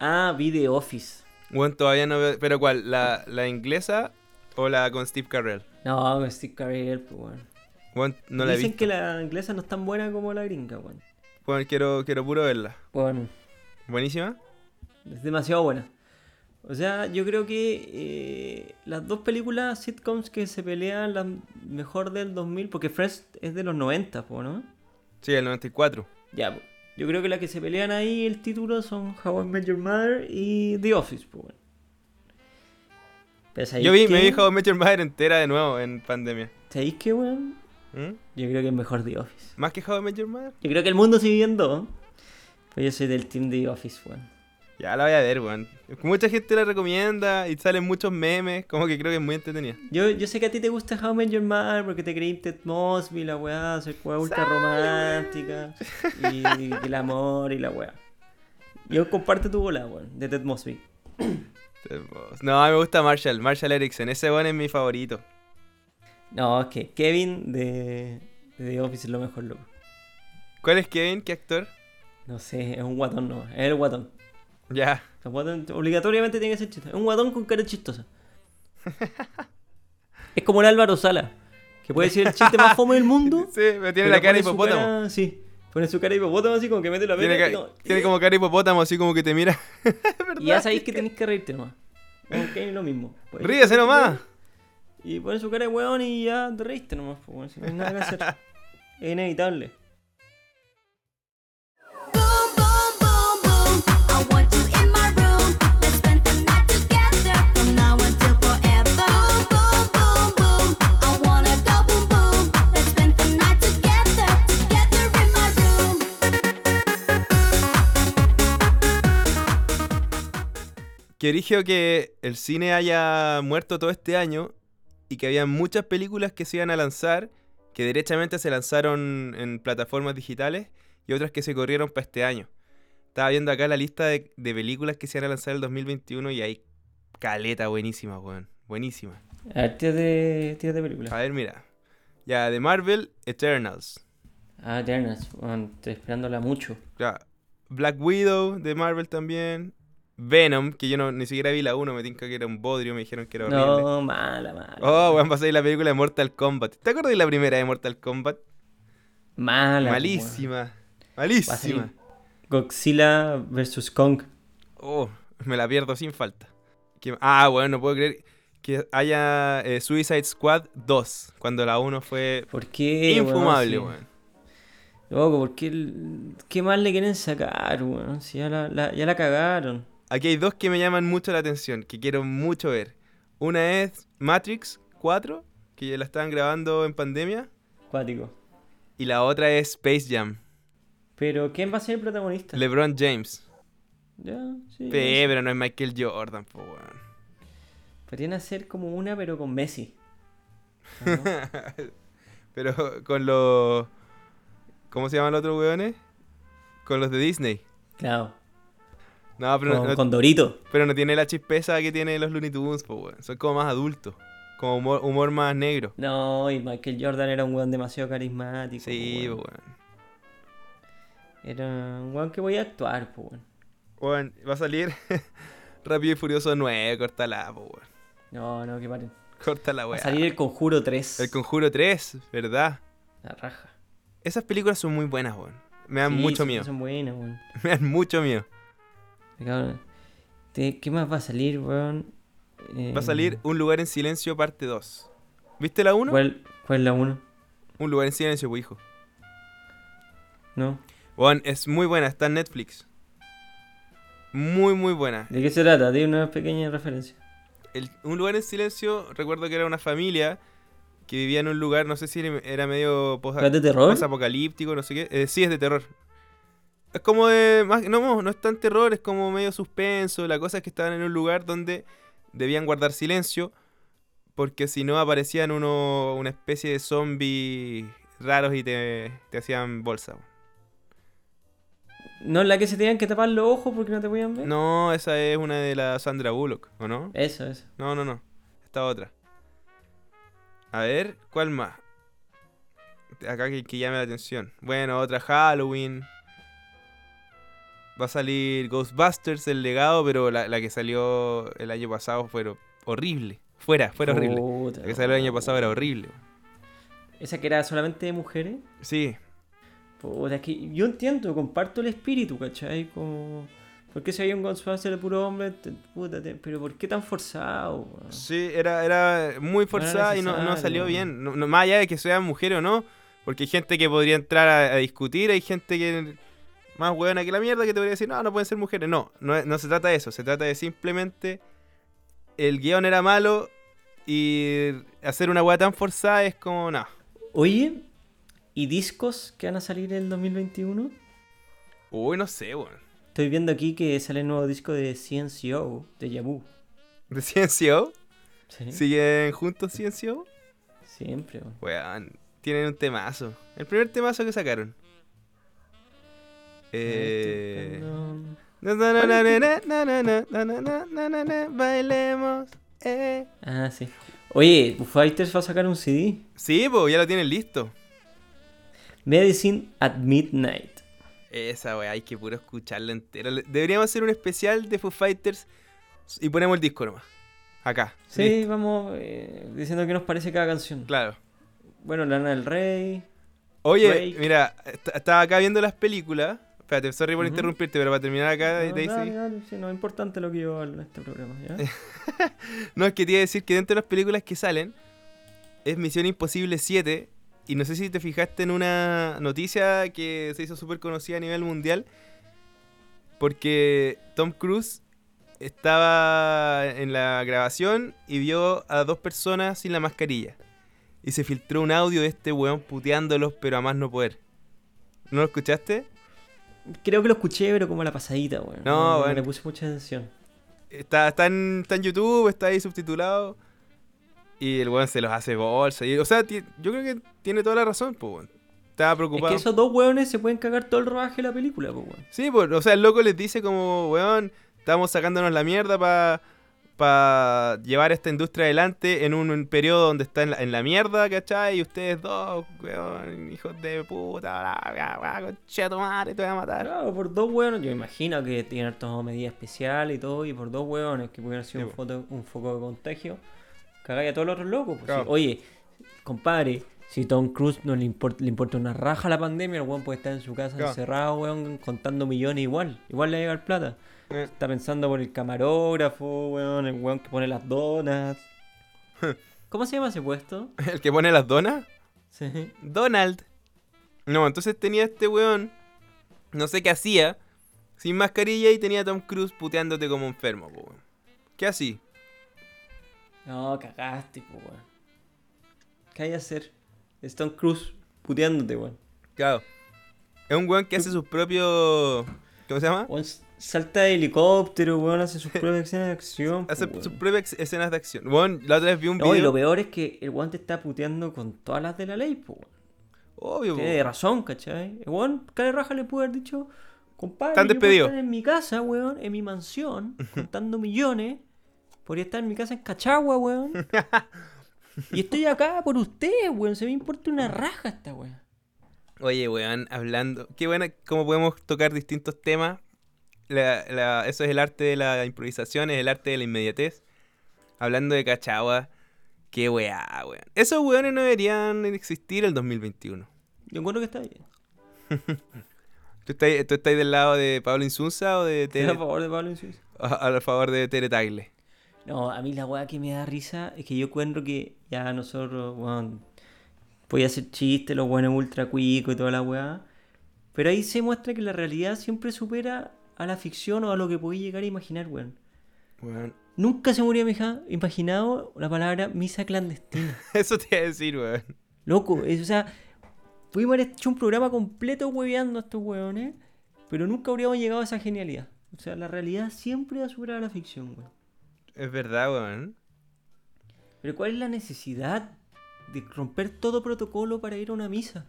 Speaker 2: Ah, vi The Office.
Speaker 1: Bueno, todavía no veo. ¿Pero cuál? ¿La, la inglesa o la con Steve Carell?
Speaker 2: No, con Steve Carell, pues weón.
Speaker 1: Bueno, no la he
Speaker 2: Dicen
Speaker 1: visto.
Speaker 2: que la inglesa no es tan buena como la gringa, weón.
Speaker 1: Bueno, quiero, quiero puro verla.
Speaker 2: Bueno.
Speaker 1: Buenísima.
Speaker 2: Es demasiado buena. O sea, yo creo que eh, las dos películas sitcoms que se pelean, la mejor del 2000, porque Friends es de los 90, po, ¿no?
Speaker 1: Sí, el 94.
Speaker 2: Ya, po. yo creo que las que se pelean ahí el título son How I Met Your Mother y The Office, po, bueno. Pero ¿sabéis
Speaker 1: Yo vi,
Speaker 2: qué?
Speaker 1: me vi How I Met Your Mother entera de nuevo en pandemia.
Speaker 2: ¿Sabéis qué, weón?
Speaker 1: ¿Mm?
Speaker 2: Yo creo que es mejor The Office.
Speaker 1: ¿Más que How I Met Your Mother?
Speaker 2: Yo creo que el mundo sigue viendo, pero yo soy del team The Office, weón.
Speaker 1: Ya la voy a ver, weón. Mucha gente la recomienda y salen muchos memes. Como que creo que es muy entretenida.
Speaker 2: Yo, yo sé que a ti te gusta How I Met Your Mother porque te creí Ted Mosby, la weá, soy weá ultra romántica y el amor y la weá. Yo comparto tu bola, weón, de Ted Mosby.
Speaker 1: No, me gusta Marshall. Marshall Erickson. Ese weón es mi favorito.
Speaker 2: No, es que Kevin de, de The Office es lo mejor, loco.
Speaker 1: ¿Cuál es Kevin? ¿Qué actor?
Speaker 2: No sé, es un guatón, no, es el guatón.
Speaker 1: Ya.
Speaker 2: Los guatones obligatoriamente tiene que ser chistoso. Es un guatón con cara chistosa. es como el Álvaro Sala, que puede decir el chiste más fome del mundo.
Speaker 1: Sí, pero tiene
Speaker 2: pero
Speaker 1: la cara de
Speaker 2: pone su
Speaker 1: hipopótamo.
Speaker 2: cara- sí, pone su cara de hipopótamo así como que mete la
Speaker 1: Tiene,
Speaker 2: pena
Speaker 1: ca-
Speaker 2: y como-
Speaker 1: tiene como cara de hipopótamo, así como que te mira.
Speaker 2: Y ya sabéis que tenéis que reírte nomás. Ok, lo mismo. Puedes
Speaker 1: Ríase
Speaker 2: reírte,
Speaker 1: nomás.
Speaker 2: Y pones su cara de weón y ya te reíste nomás. Pues, weón, si no hay nada que hacer. Es inevitable.
Speaker 6: Boom, boom, boom, boom. I want you in my room. Let's spend the night together from now until forever. Boom, boom, boom, boom. I wanna go boom, boom. Let's spend the night together, together in my room.
Speaker 1: Que origio que el cine haya muerto todo este año y que había muchas películas que se iban a lanzar, que derechamente se lanzaron en plataformas digitales y otras que se corrieron para este año. Estaba viendo acá la lista de, de películas que se iban a lanzar el 2021 y hay caleta buenísima, weón. Buenísima.
Speaker 2: A ver, tírate, tírate
Speaker 1: A
Speaker 2: película.
Speaker 1: ver, mira. Ya, de Marvel, Eternals.
Speaker 2: Ah, Eternas. weón, estoy esperándola mucho.
Speaker 1: Ya, Black Widow de Marvel también. Venom, que yo no, ni siquiera vi la 1, me tinca que era un bodrio, me dijeron que era horrible.
Speaker 2: No, mala, mala.
Speaker 1: Oh, weón, va a salir la película de Mortal Kombat. ¿Te acuerdas de la primera de Mortal Kombat?
Speaker 2: Mala.
Speaker 1: Malísima.
Speaker 2: weón. Va a salir
Speaker 1: Malísima.
Speaker 2: Godzilla vs. Kong.
Speaker 1: Oh, me la pierdo sin falta. ¿Qué- Ah, bueno, no puedo creer que haya eh, Suicide Squad 2, cuando la 1 fue
Speaker 2: ¿Por qué? Eh, weón?
Speaker 1: infumable,
Speaker 2: Sí.
Speaker 1: weón.
Speaker 2: Loco, ¿por qué, el- qué más le quieren sacar, weón? Si ya la, la- ya la cagaron.
Speaker 1: Aquí hay dos que me llaman mucho la atención, que quiero mucho ver. Una es Matrix 4, que ya la estaban grabando en pandemia,
Speaker 2: Cuático.
Speaker 1: y la otra es Space Jam,
Speaker 2: Pero, ¿quién va a ser el protagonista?
Speaker 1: LeBron James.
Speaker 2: Ya, sí.
Speaker 1: Pe, pero no es Michael Jordan, po, weón.
Speaker 2: Podrían hacer como una, pero con Messi.
Speaker 1: Pero con los... ¿Cómo se llaman los otros weones? Con los de Disney.
Speaker 2: Claro.
Speaker 1: No, pero no,
Speaker 2: con,
Speaker 1: no-
Speaker 2: con Dorito.
Speaker 1: pero no tiene la chispeza que tiene los Looney Tunes, po, weón. Son como más adultos, como humor, humor más negro.
Speaker 2: No, y Michael Jordan era un weón demasiado carismático.
Speaker 1: Sí,
Speaker 2: po,
Speaker 1: po,
Speaker 2: weón.
Speaker 1: weón.
Speaker 2: Era un weón que voy a actuar, po, weón.
Speaker 1: Weón, va a salir Rápido y Furioso 9, cortala, po, weón.
Speaker 2: No, no, que paren.
Speaker 1: Cortala,
Speaker 2: Va a
Speaker 1: weón.
Speaker 2: salir el Conjuro 3.
Speaker 1: El Conjuro 3, ¿verdad?
Speaker 2: La raja.
Speaker 1: Esas películas son muy buenas, weón. Me dan
Speaker 2: Sí,
Speaker 1: mucho
Speaker 2: sí,
Speaker 1: miedo.
Speaker 2: Son buenas, weón.
Speaker 1: Me dan mucho miedo.
Speaker 2: Me cago en- Te- ¿Qué más va a salir, weón? Eh,
Speaker 1: Va a salir Un Lugar en Silencio, parte 2. ¿Viste la 1?
Speaker 2: ¿Cuál, cuál es la 1?
Speaker 1: Un Lugar en Silencio, po, hijo.
Speaker 2: ¿No?
Speaker 1: Weón, es muy buena, está en Netflix. Muy, muy buena.
Speaker 2: ¿De qué se trata? Di una pequeña referencia.
Speaker 1: El- un lugar en silencio, recuerdo que era una familia que vivía en un lugar, no sé si era- era medio posa-
Speaker 2: ¿Es de terror?
Speaker 1: posapocalíptico, no sé qué. Eh, sí, es de terror. Es como de. Más, no, no es tan terror, es como medio suspenso. La cosa es que estaban en un lugar donde debían guardar silencio porque si no aparecían uno, una especie de zombies raros y te, te hacían bolsa.
Speaker 2: ¿Eh? ¿No es la que se tenían que tapar los ojos porque no te podían ver?
Speaker 1: No, esa es una de la Sandra Bullock, ¿o no?
Speaker 2: Eso, eso.
Speaker 1: No, no, no. Esta otra. A ver, ¿cuál más? Acá que, que llame la atención. Bueno, otra Halloween. Va a salir Ghostbusters, el legado, pero la, la que salió el año pasado fue horrible. Fuera, fuera horrible.
Speaker 2: Puta,
Speaker 1: La que salió el año
Speaker 2: weón.
Speaker 1: pasado era horrible.
Speaker 2: ¿Esa que era solamente de mujeres?
Speaker 1: Sí,
Speaker 2: Puta, es que yo entiendo, comparto el espíritu, ¿cachai? Como... ¿Por qué si hay un Ghostbuster de puro hombre? te- puta, te- pero ¿por qué tan forzado? weón?
Speaker 1: sí, era, era muy forzada y no, no salió
Speaker 2: necesario.
Speaker 1: bien. No- no- más allá de que sea mujer o no, porque hay gente que podría entrar a, a discutir, hay gente que más huevona que la mierda que te podría decir, no, no pueden ser mujeres. No, no, es- no se trata de eso, se trata de simplemente el guión era malo y hacer una hueá tan forzada es como, no.
Speaker 2: Oye, ¿y discos que van a salir en el 2021?
Speaker 1: Uy, no sé, weón.
Speaker 2: Estoy viendo aquí que sale el nuevo disco de CNCO, de Yabu.
Speaker 1: ¿De CNCO?
Speaker 2: ¿Sí?
Speaker 1: ¿Siguen juntos CNCO?
Speaker 2: Siempre, weón.
Speaker 1: Weón, tienen un temazo. El primer temazo que sacaron. Eh...
Speaker 2: Estoy buscando-
Speaker 1: Na, na, na, na, na, na, na, na, na, na, na, na, na, na, Bailemos. eh.
Speaker 2: Ah, sí. Oye, Foo Fighters va a sacar un CD.
Speaker 1: Sí, pues ya lo tienen listo.
Speaker 2: Medicine at Midnight.
Speaker 1: Esa, weá, hay que puro escucharla entera. Le- Deberíamos hacer un especial de Foo Fighters y ponemos el disco nomás. Acá.
Speaker 2: Sí,
Speaker 1: Listo.
Speaker 2: vamos eh, diciendo qué nos parece cada canción.
Speaker 1: Claro.
Speaker 2: Bueno, Lana del Rey.
Speaker 1: Oye,
Speaker 2: Drake.
Speaker 1: mira, est- estaba acá viendo las películas. Espérate, sorry por
Speaker 2: Ujú.
Speaker 1: interrumpirte, pero para terminar acá,
Speaker 2: no,
Speaker 1: Daisy.
Speaker 2: dale, dale, sí, no es importante lo que yo hablo en este programa, ¿ya?
Speaker 1: No, es que te iba a decir que dentro de las películas que salen es Misión Imposible 7. Y no sé si te fijaste en una noticia que se hizo súper conocida a nivel mundial. Porque Tom Cruise estaba en la grabación y vio a dos personas sin la mascarilla. Y se filtró un audio de este weón puteándolos, pero a más no poder. ¿No lo escuchaste?
Speaker 2: Creo que lo escuché, pero como a la pasadita, weón.
Speaker 1: No, bueno.
Speaker 2: le puse mucha atención.
Speaker 1: Está, está, en, está en YouTube, está ahí subtitulado. Y el weón se los hace bolsa. y- o sea, ti- yo creo que tiene toda la razón, pues, weón. Estaba
Speaker 2: Es
Speaker 1: preocupado.
Speaker 2: que esos dos weones se pueden cagar todo el rodaje de la película, pues, weón.
Speaker 1: Sí, pues, o sea, el loco les dice como, weón, estamos sacándonos la mierda para llevar esta industria adelante en un, un periodo donde está en la, en la mierda, ¿cachai? Y ustedes dos, weón, hijos de puta, bla, bla, bla, concha de tu madre, te voy a matar.
Speaker 2: Claro, por dos hueones, yo imagino que tienen tomado medidas especiales y todo, y por dos hueones que pudieran ser
Speaker 1: Sí,
Speaker 2: un,
Speaker 1: po.
Speaker 2: foto- un foco de contagio, cagáis a todos los otros locos. pues,
Speaker 1: Claro.
Speaker 2: sí. Oye, compadre, si Tom Cruise no le importa, le importa una raja la pandemia, el hueón puede estar en su casa
Speaker 1: Claro.
Speaker 2: encerrado, hueón, contando millones igual, igual le va a llegar plata.
Speaker 1: Eh.
Speaker 2: Está pensando por el camarógrafo, hueón, el hueón que pone las donas. ¿Cómo se llama ese puesto?
Speaker 1: ¿El que pone las donas?
Speaker 2: Sí.
Speaker 1: Donald. No, entonces tenía este weón, no sé qué hacía, sin mascarilla y tenía a Tom Cruise puteándote como enfermo, po, weón. ¿Qué así?
Speaker 2: No, cagaste, po, weón. ¿Qué hay que hacer? Stone Cruz puteándote, weón.
Speaker 1: Claro. Es un weón que hace sus propios. ¿Cómo se llama?
Speaker 2: Weón, Salta de helicóptero, weón, hace sus propias escenas de acción. po,
Speaker 1: Hace
Speaker 2: weón.
Speaker 1: sus propias ex- escenas de acción. Weón, la otra vez vi un
Speaker 2: No, y
Speaker 1: video.
Speaker 2: lo peor es que el weón te está puteando con todas las de la ley, po, weón.
Speaker 1: Obvio, po.
Speaker 2: Tiene razón, ¿cachai? El weón, cara de raja le pudo haber dicho, compadre,
Speaker 1: Están
Speaker 2: yo puedo
Speaker 1: despedidos.
Speaker 2: estar en mi casa, weón, en mi mansión, contando millones. Podría estar en mi casa en Cachagua, weón. y estoy acá por ustedes, weón. Se me importa una raja esta weón.
Speaker 1: Oye, weón, hablando. Qué buena, cómo podemos tocar distintos temas. La- la- eso es el arte de la improvisación, es el arte de la inmediatez. Hablando de Cachagua, qué weá, weón. Esos weones no deberían existir el 2021.
Speaker 2: Yo encuentro que está bien.
Speaker 1: ¿Tú estás, tú estás del lado de Pablo Insunza o de
Speaker 2: Estoy
Speaker 1: Tere,
Speaker 2: a favor de Pablo Insuiz.
Speaker 1: a, a favor de Tere Tagle?
Speaker 2: No, a mí la weá que me da risa es que yo encuentro que ya nosotros, weón, voy a hacer chistes, los weones ultra cuico y toda la weá. Pero ahí se muestra que la realidad siempre supera a la ficción o a lo que podéis llegar a imaginar, weón.
Speaker 1: Weón,
Speaker 2: Nunca se me hubiera meja- imaginado la palabra misa clandestina.
Speaker 1: eso te iba a decir, weón.
Speaker 2: Loco, es- o sea, pudimos haber hecho un programa completo hueveando a estos weones, pero nunca habríamos llegado a esa genialidad. O sea, la realidad siempre va a superar a la ficción, weón.
Speaker 1: Es verdad, weón.
Speaker 2: Pero ¿cuál es la necesidad de romper todo protocolo para ir a una misa?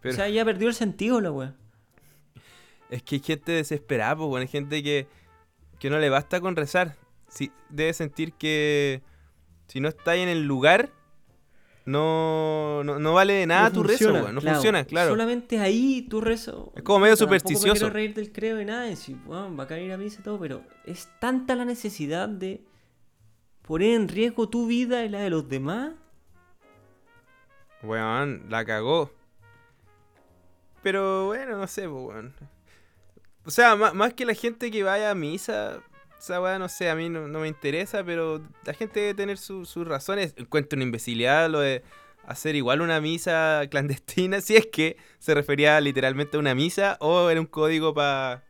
Speaker 1: Pero
Speaker 2: O sea, ya perdió el sentido la weá.
Speaker 1: es que hay gente desesperada, pues, weón. Hay gente que, que no le basta con rezar. Si, debe sentir que si no está ahí en el lugar, no, no, no vale de nada tu rezo, weón. No funciona, claro.
Speaker 2: Solamente ahí tu rezo.
Speaker 1: Es como medio
Speaker 2: Puta, tampoco
Speaker 1: supersticioso.
Speaker 2: me quiero reír del credo de nada, decir, bueno, bacán ir a misa y todo, pero es tanta la necesidad de poner en riesgo tu vida y la de los demás.
Speaker 1: Weón, la cagó. Pero bueno, no sé, pues, weón. O sea, má- más, que la gente que vaya a misa, esa weá, no sé, a mí no, no me interesa, pero la gente debe tener su- sus razones. Encuentro una imbecilidad lo de hacer igual una misa clandestina, si es que se refería literalmente a una misa o era un código para,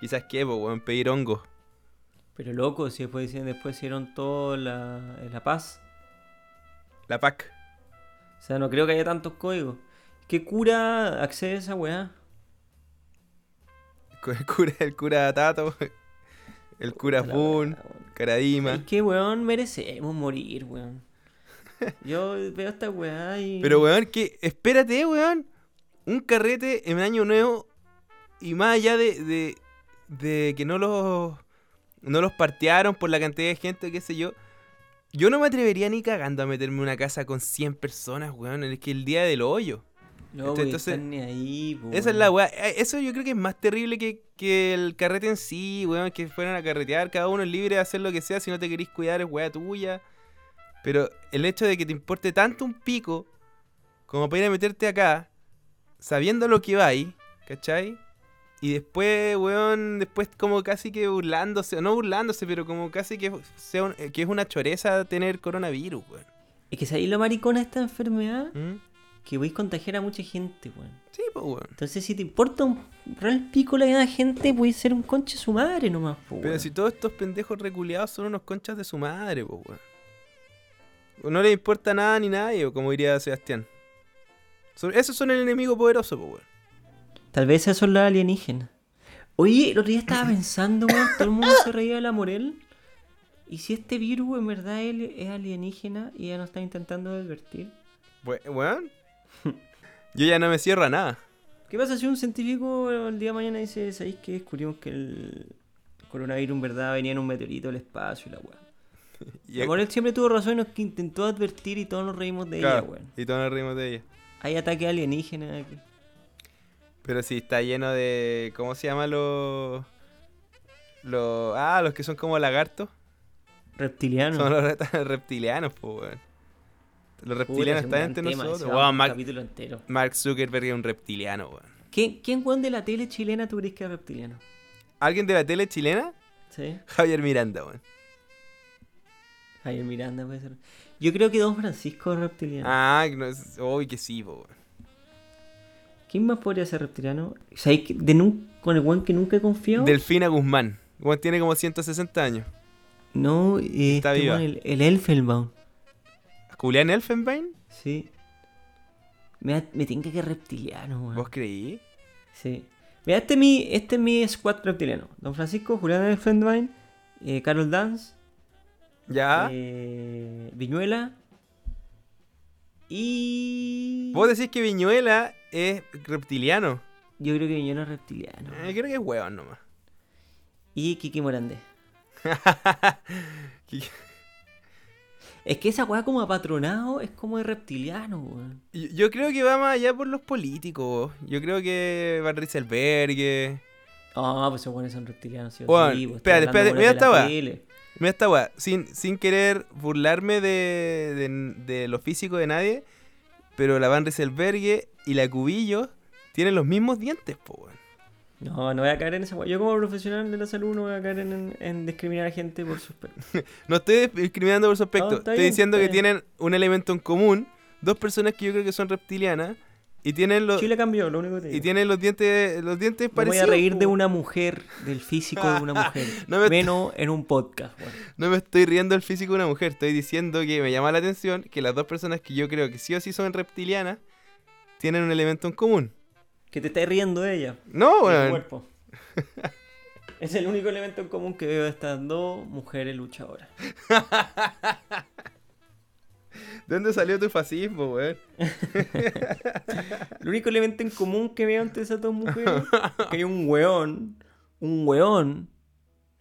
Speaker 1: quizás qué, pues, weón, pedir hongo.
Speaker 2: Pero loco, si después dicen, después hicieron todo la, en la paz.
Speaker 1: La PAC.
Speaker 2: O sea, no creo que haya tantos códigos. ¿Qué cura accede a esa weá?
Speaker 1: El cura, el cura Tato, el cura
Speaker 2: Puta la
Speaker 1: Boon,
Speaker 2: weá, weón.
Speaker 1: Caradima.
Speaker 2: Es que, weón, merecemos morir, weón. Yo veo esta weá y.
Speaker 1: Pero, weón, que espérate, weón. Un carrete en año nuevo y más allá de, de, de que no los, no los partearon por la cantidad de gente, qué sé yo. Yo no me atrevería ni cagando a meterme en una casa con 100 personas, weón. Es que el día del hoyo. este-
Speaker 2: No, voy a
Speaker 1: entonces-
Speaker 2: estar ni ahí, po,
Speaker 1: Esa es
Speaker 2: weón.
Speaker 1: la weá. Eh, Eso yo creo que es más terrible que, que el carrete en sí, weón. Que fueran a carretear, cada uno es libre de hacer lo que sea. Si no te querís cuidar, es weá tuya. Pero el hecho de que te importe tanto un pico como para ir a meterte acá, sabiendo lo que va ahí, ¿cachai? Y después, weón, después como casi que burlándose, no burlándose, pero como casi que, sea un- eh, que es una choreza tener coronavirus, weón.
Speaker 2: Es que ahí lo maricona de esta enfermedad
Speaker 1: ¿Mm?
Speaker 2: que voy a contagiar a mucha gente, weón.
Speaker 1: Sí, pues, weón.
Speaker 2: Entonces, si te importa un real pico la vida de gente, puedes ser un conche su madre nomás, po,
Speaker 1: Pero
Speaker 2: weón.
Speaker 1: si todos estos pendejos reculeados son unos conchas de su madre, po, weón. No les importa nada ni nadie, como diría Sebastián. So- esos son el enemigo poderoso, po, weón.
Speaker 2: Tal vez esos son los alienígenas. Oye, el otro día estaba pensando, weón, todo el mundo se reía de la Morel. ¿Y si este virus en verdad él es alienígena y ya nos está intentando advertir?
Speaker 1: We- Weón. Yo ya no me cierro a nada.
Speaker 2: ¿Qué pasa si un científico el día de mañana dice, ¿sabéis que descubrimos que el coronavirus en verdad venía en un meteorito del espacio y la weá?
Speaker 1: Y,
Speaker 2: La Morel siempre tuvo razón y nos que intentó advertir y todos nos reímos de
Speaker 1: claro,
Speaker 2: ella, weón.
Speaker 1: y todos nos rimos de ella.
Speaker 2: Hay ataque alienígena aquí.
Speaker 1: Pero sí, está lleno de. ¿Cómo se llama los. Los. Ah, los que son como lagartos.
Speaker 2: Reptiliano.
Speaker 1: Son los re- reptilianos, po, weón. Los
Speaker 2: Puta,
Speaker 1: reptilianos
Speaker 2: ese es un
Speaker 1: están
Speaker 2: gran
Speaker 1: entre
Speaker 2: tema,
Speaker 1: nosotros.
Speaker 2: ese va a
Speaker 1: Weón,
Speaker 2: un
Speaker 1: Mark,
Speaker 2: capítulo entero.
Speaker 1: Mark Zuckerberg es un reptiliano, weón.
Speaker 2: ¿Quién, ¿Quién weón de la tele chilena tú crees que es reptiliano?
Speaker 1: ¿Alguien de la tele chilena?
Speaker 2: ¿Sí?
Speaker 1: Javier Miranda, weón.
Speaker 2: Javier Miranda puede ser. Yo creo que Don Francisco es reptiliano.
Speaker 1: Ah, no, es- uy, que sí, po, weón.
Speaker 2: ¿Quién más podría ser reptiliano? ¿Sabéis que de nun- con el weón que nunca he confiado?
Speaker 1: Delfina Guzmán. Weón tiene como 160 años.
Speaker 2: No, eh,
Speaker 1: Está
Speaker 2: este
Speaker 1: viva.
Speaker 2: weón, el, el Elfenbaum.
Speaker 1: ¿Julián Elfenbein?
Speaker 2: Sí. Me, da- me tinca que es reptiliano, weón.
Speaker 1: ¿Vos creí?
Speaker 2: Sí. Mira, este es mi, este es mi squad reptiliano. Don Francisco, Julián Elfenbein, eh, Carol Dance,
Speaker 1: Ya.
Speaker 2: eh, Viñuela y...
Speaker 1: Vos decís que Viñuela es reptiliano.
Speaker 2: Yo creo que Viñuela es reptiliano.
Speaker 1: Eh, creo que es hueón nomás.
Speaker 2: Y Kiki Morandé.
Speaker 1: Kiki-
Speaker 2: Es que esa weá como apatronado es como de reptiliano, weón.
Speaker 1: Yo, yo creo que va más allá por los políticos. Yo creo que Van Rieselbergue.
Speaker 2: Ah, pues esos weones son reptilianos, sí. o
Speaker 1: Weón,
Speaker 2: sí, pues,
Speaker 1: espérate,
Speaker 2: estoy hablando
Speaker 1: espérate,
Speaker 2: de
Speaker 1: mira
Speaker 2: weones de la tele.
Speaker 1: Mira esta weá, sin, sin querer burlarme de, de- de lo físico de nadie, pero la Van Rieselbergue y la Cubillo tienen los mismos dientes, po, weón.
Speaker 2: No, no voy a caer en esa weá. Yo como profesional de la salud no voy a caer en, en- en discriminar a gente por sus... pe-
Speaker 1: No estoy discriminando por su aspecto,
Speaker 2: No, está
Speaker 1: estoy
Speaker 2: bien,
Speaker 1: diciendo
Speaker 2: está
Speaker 1: que tienen un elemento en común, dos personas que yo creo que son reptilianas, y tienen los,
Speaker 2: Chile cambió, lo único que te digo.
Speaker 1: y tienen los dientes, los dientes
Speaker 2: Me voy a
Speaker 1: parecidos.
Speaker 2: reír
Speaker 1: po,
Speaker 2: de
Speaker 1: weón.
Speaker 2: una mujer, del físico de una mujer.
Speaker 1: No me-
Speaker 2: Menos en un podcast, weón.
Speaker 1: No me estoy riendo del físico de una mujer, estoy diciendo que me llama la atención que las dos personas que yo creo que sí o sí son reptilianas tienen un elemento en común.
Speaker 2: Que te estés riendo de ella.
Speaker 1: No,
Speaker 2: del
Speaker 1: weón.
Speaker 2: cuerpo. es el único elemento en común que veo de estas dos mujeres luchadoras.
Speaker 1: ¿De dónde salió tu fascismo, weón?
Speaker 2: El único elemento en común que veo entre esas dos mujeres es que hay un weón, un weón,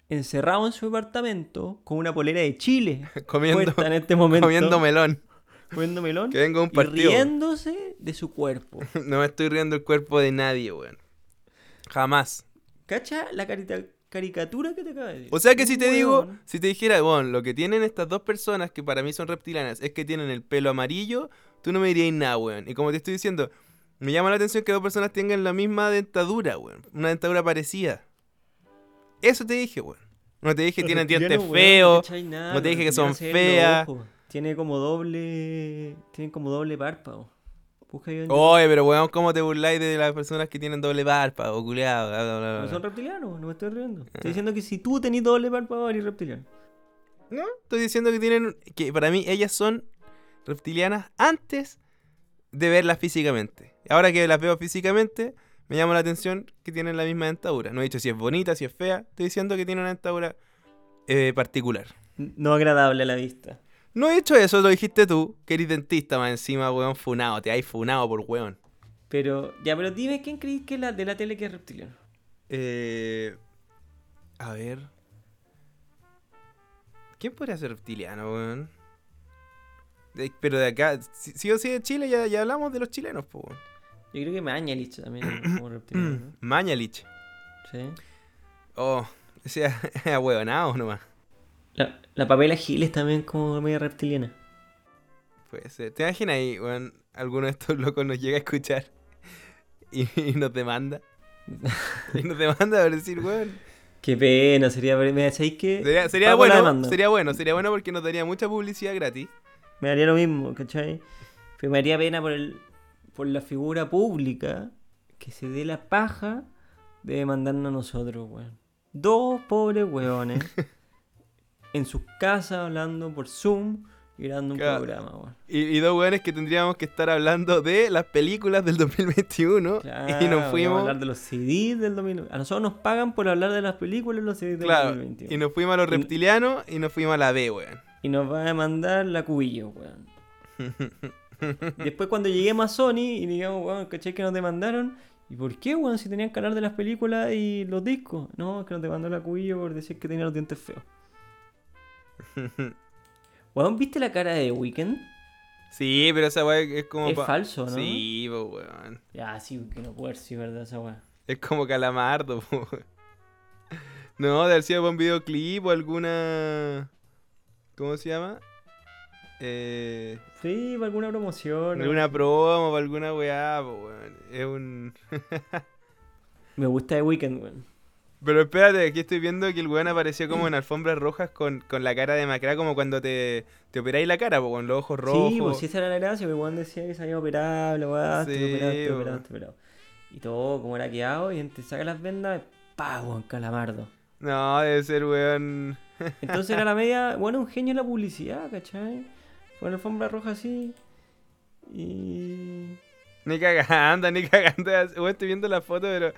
Speaker 2: encerrado en su departamento con una polera de Chile.
Speaker 1: Comiendo,
Speaker 2: puesta en este momento.
Speaker 1: comiendo melón.
Speaker 2: comiendo melón.
Speaker 1: Que venga un
Speaker 2: y
Speaker 1: partido.
Speaker 2: riéndose de su cuerpo.
Speaker 1: No me estoy riendo el cuerpo de nadie, weón. Jamás.
Speaker 2: ¿Cacha la carita- caricatura que te acaba de decir?
Speaker 1: O sea que si
Speaker 2: Un
Speaker 1: te digo,
Speaker 2: weón.
Speaker 1: si te dijera, bueno, lo que tienen estas dos personas que para mí son reptilianas es que tienen el pelo amarillo, tú no me dirías nada, weón. Y como te estoy diciendo, me llama la atención que dos personas tengan la misma dentadura, weón. Una dentadura parecida. Eso te dije, weón. No te dije tienen dientes
Speaker 2: Reptiliano, weón, no
Speaker 1: feos.
Speaker 2: cachai nada,
Speaker 1: no te
Speaker 2: los
Speaker 1: dije que son
Speaker 2: reptilianos se ven
Speaker 1: feas.
Speaker 2: los ojos. Tiene como doble. Tienen como doble párpado. Busca ahí en-
Speaker 1: Oye, pero weón, ¿cómo te burláis de las personas que tienen doble párpado, culeado? Bla, bla, bla,
Speaker 2: No
Speaker 1: bla.
Speaker 2: son reptilianos, no me estoy riendo.
Speaker 1: Ah.
Speaker 2: Estoy diciendo que si tú tenés doble párpado, eres reptiliano.
Speaker 1: No, estoy diciendo que tienen. que para mí ellas son reptilianas antes de verlas físicamente. Ahora que las veo físicamente, me llama la atención que tienen la misma dentadura. No he dicho si es bonita, si es fea. Estoy diciendo que tiene una dentadura eh, particular.
Speaker 2: No agradable a la vista.
Speaker 1: No he dicho eso, lo dijiste tú, que eres dentista más encima, weón, funado. Te hay funado por weón.
Speaker 2: Pero, ya, pero dime quién crees que es la de la tele que es reptiliano.
Speaker 1: Eh, a ver. ¿Quién podría ser reptiliano, weón? De- pero de acá, sí, sí o sí de Chile, ya, ya hablamos de los chilenos, po, weón.
Speaker 2: Yo creo que Mañalich también es como reptiliano, ¿no?
Speaker 1: Mañalich.
Speaker 2: Sí.
Speaker 1: Oh, o sea, huevonao nomás.
Speaker 2: La, la papela Giles también es como media reptiliana.
Speaker 1: Puede ser. ¿Te imaginas ahí, weón? Alguno de estos locos nos llega a escuchar y, y nos demanda. y nos demanda por decir, weón.
Speaker 2: Qué pena, sería. Me decís que.
Speaker 1: Sería, sería
Speaker 2: Pago la
Speaker 1: bueno,
Speaker 2: demanda.
Speaker 1: sería bueno, sería bueno porque nos daría mucha publicidad gratis.
Speaker 2: Me daría lo mismo, ¿cachai? Pero me daría pena por, el, por la figura pública que se dé la paja de demandarnos a nosotros, weón. Dos pobres weones en sus casas hablando por Zoom y grabando un
Speaker 1: Claro.
Speaker 2: programa, weón.
Speaker 1: Y, y dos weones que tendríamos que estar hablando de las películas del 2021
Speaker 2: Claro,
Speaker 1: y nos
Speaker 2: vamos a
Speaker 1: fuimos
Speaker 2: hablar de los CDs del 2021. A nosotros nos pagan por hablar de las películas y los CDs del
Speaker 1: claro,
Speaker 2: 2021.
Speaker 1: y nos fuimos a los
Speaker 2: Y-
Speaker 1: reptilianos y nos fuimos a la B, weón.
Speaker 2: Y nos va a demandar la cubillo, weón. Después cuando lleguemos a Sony y digamos, weón, ¿cachai que nos demandaron? ¿Y por qué, weón? Si tenían que hablar de las películas y los discos. No, es que nos demandó la cubillo por decir que tenía los dientes feos. weón, ¿viste la cara de Weekend?
Speaker 1: Sí, pero esa weá es como
Speaker 2: Es falso, ¿no?
Speaker 1: Sí, po, weón.
Speaker 2: Ya, sí, que no puede ser, ¿verdad? Esa weón.
Speaker 1: Es como calamardo, po. No, de haber sido para un videoclip o alguna ¿cómo se llama? Eh,
Speaker 2: Sí, para alguna promoción. ¿no?
Speaker 1: alguna promo o alguna weá, po, weón. Es un
Speaker 2: Me gusta de Weekend, weón.
Speaker 1: Pero espérate, aquí estoy viendo que el weón apareció como en alfombras rojas con, con la cara de macra, como cuando te, te operáis la cara, po, con los ojos rojos.
Speaker 2: pues, Sí, pues si esa era la gracia, porque weón decía que se había operado, la weá,
Speaker 1: Sí, pues.
Speaker 2: estoy operado, estoy
Speaker 1: weón.
Speaker 2: operado, estoy operado. Y todo como era quedado, y te saca las vendas, pa, weón, calamardo.
Speaker 1: No, debe ser, weón.
Speaker 2: Entonces era la media, bueno, un genio de la publicidad, ¿cachai? Fue una alfombra roja así. Y.
Speaker 1: Ni cagando, ni cagando. Weón, estoy viendo la foto, pero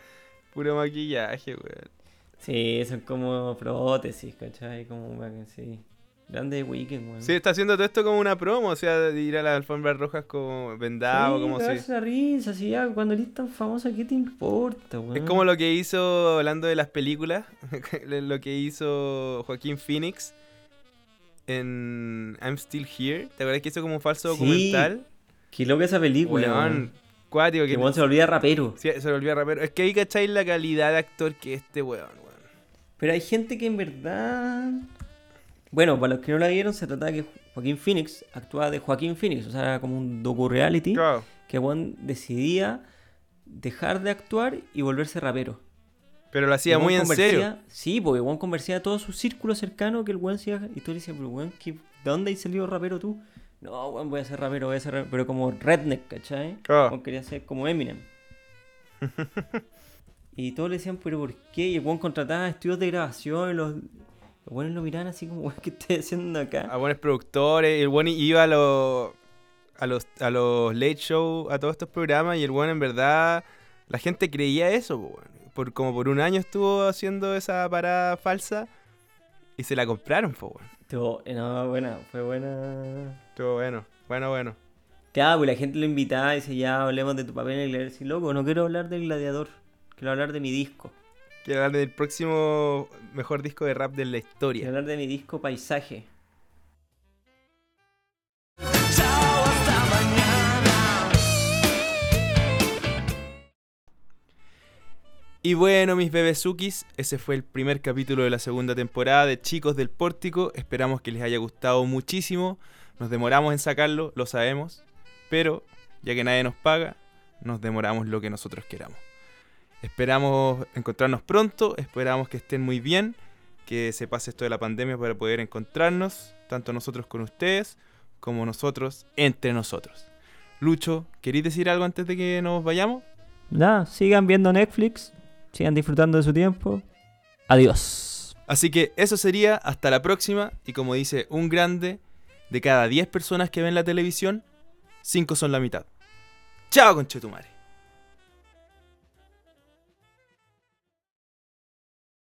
Speaker 1: puro maquillaje, weón.
Speaker 2: Sí, son como prótesis, ¿cachai? Como para que sí. Grande weekend, weón.
Speaker 1: Sí, está haciendo todo esto como una promo, o sea, de ir a las alfombras rojas como vendado,
Speaker 2: Sí,
Speaker 1: como si...
Speaker 2: cagarse la risa, si ya cuando eres tan famoso, ¿qué te importa, weón?
Speaker 1: Es como lo que hizo, hablando de las películas, lo que hizo Joaquín Phoenix en I'm Still Here. ¿Te acuerdas que hizo como un falso
Speaker 2: Sí,
Speaker 1: documental?
Speaker 2: Qué loca esa película,
Speaker 1: Weón,
Speaker 2: weón.
Speaker 1: cuático,
Speaker 2: Que
Speaker 1: que
Speaker 2: weón se volvía rapero.
Speaker 1: sí, se volvió rapero. Es que ahí cacháis la calidad de actor que este weón, weón.
Speaker 2: Pero hay gente que en verdad. Bueno, para los que no la vieron, se trata de que Joaquín Phoenix actuaba de Joaquín Phoenix, o sea, era como un docu-reality.
Speaker 1: Claro.
Speaker 2: Que Juan decidía dejar de actuar y volverse rapero.
Speaker 1: Pero lo hacía
Speaker 2: Y
Speaker 1: muy
Speaker 2: Juan
Speaker 1: en serio.
Speaker 2: conversía- Sí, porque Juan conversaba a todo su círculo cercano que el Juan se iba- Y tú le decías, pero Juan, ¿qué- ¿de dónde has salido rapero tú? No, Juan, voy a ser rapero, voy a ser rapero. Pero como redneck, ¿cachai?
Speaker 1: Claro.
Speaker 2: Juan quería ser como Eminem. y todos le decían, pero ¿por qué? Y el Juan contrataba estudios de grabación y los... Los buenos lo miraban así como, "Weón, ¿qué estás haciendo
Speaker 1: A
Speaker 2: acá?
Speaker 1: buenos productores. El weón iba a los, a los, a los late show, a todos estos programas. Y el weón, en verdad, la gente creía eso, po, weón. Por, como por un año estuvo haciendo esa parada falsa. Y se la compraron, po, weón.
Speaker 2: Estuvo- eh, No, buena, fue buena.
Speaker 1: Estuvo bueno, bueno, bueno.
Speaker 2: Claro, pues la gente lo invitaba y decía, ya hablemos de tu papel en el gladiador. Sí, loco, no quiero hablar del gladiador, quiero hablar de mi disco.
Speaker 1: Quiero hablar del próximo mejor disco de rap de la
Speaker 2: Quiero
Speaker 1: historia.
Speaker 2: hablar de mi disco Paisaje.
Speaker 1: Y bueno, mis bebesukis, ese fue el primer capítulo de la segunda temporada de Chicos del Pórtico. Esperamos que les haya gustado muchísimo. Nos demoramos en sacarlo, lo sabemos. Pero, ya que nadie nos paga, nos demoramos lo que nosotros queramos. Esperamos encontrarnos pronto, esperamos que estén muy bien, que se pase esto de la pandemia para poder encontrarnos, tanto nosotros con ustedes como nosotros entre nosotros. Lucho, ¿queréis decir algo antes de que nos vayamos?
Speaker 2: Nada, sigan viendo Netflix, sigan disfrutando de su tiempo. Adiós.
Speaker 1: Así que eso sería hasta la próxima. Y como dice un grande, de cada 10 personas que ven la televisión, 5 son la mitad. ¡Chao, conchetumare!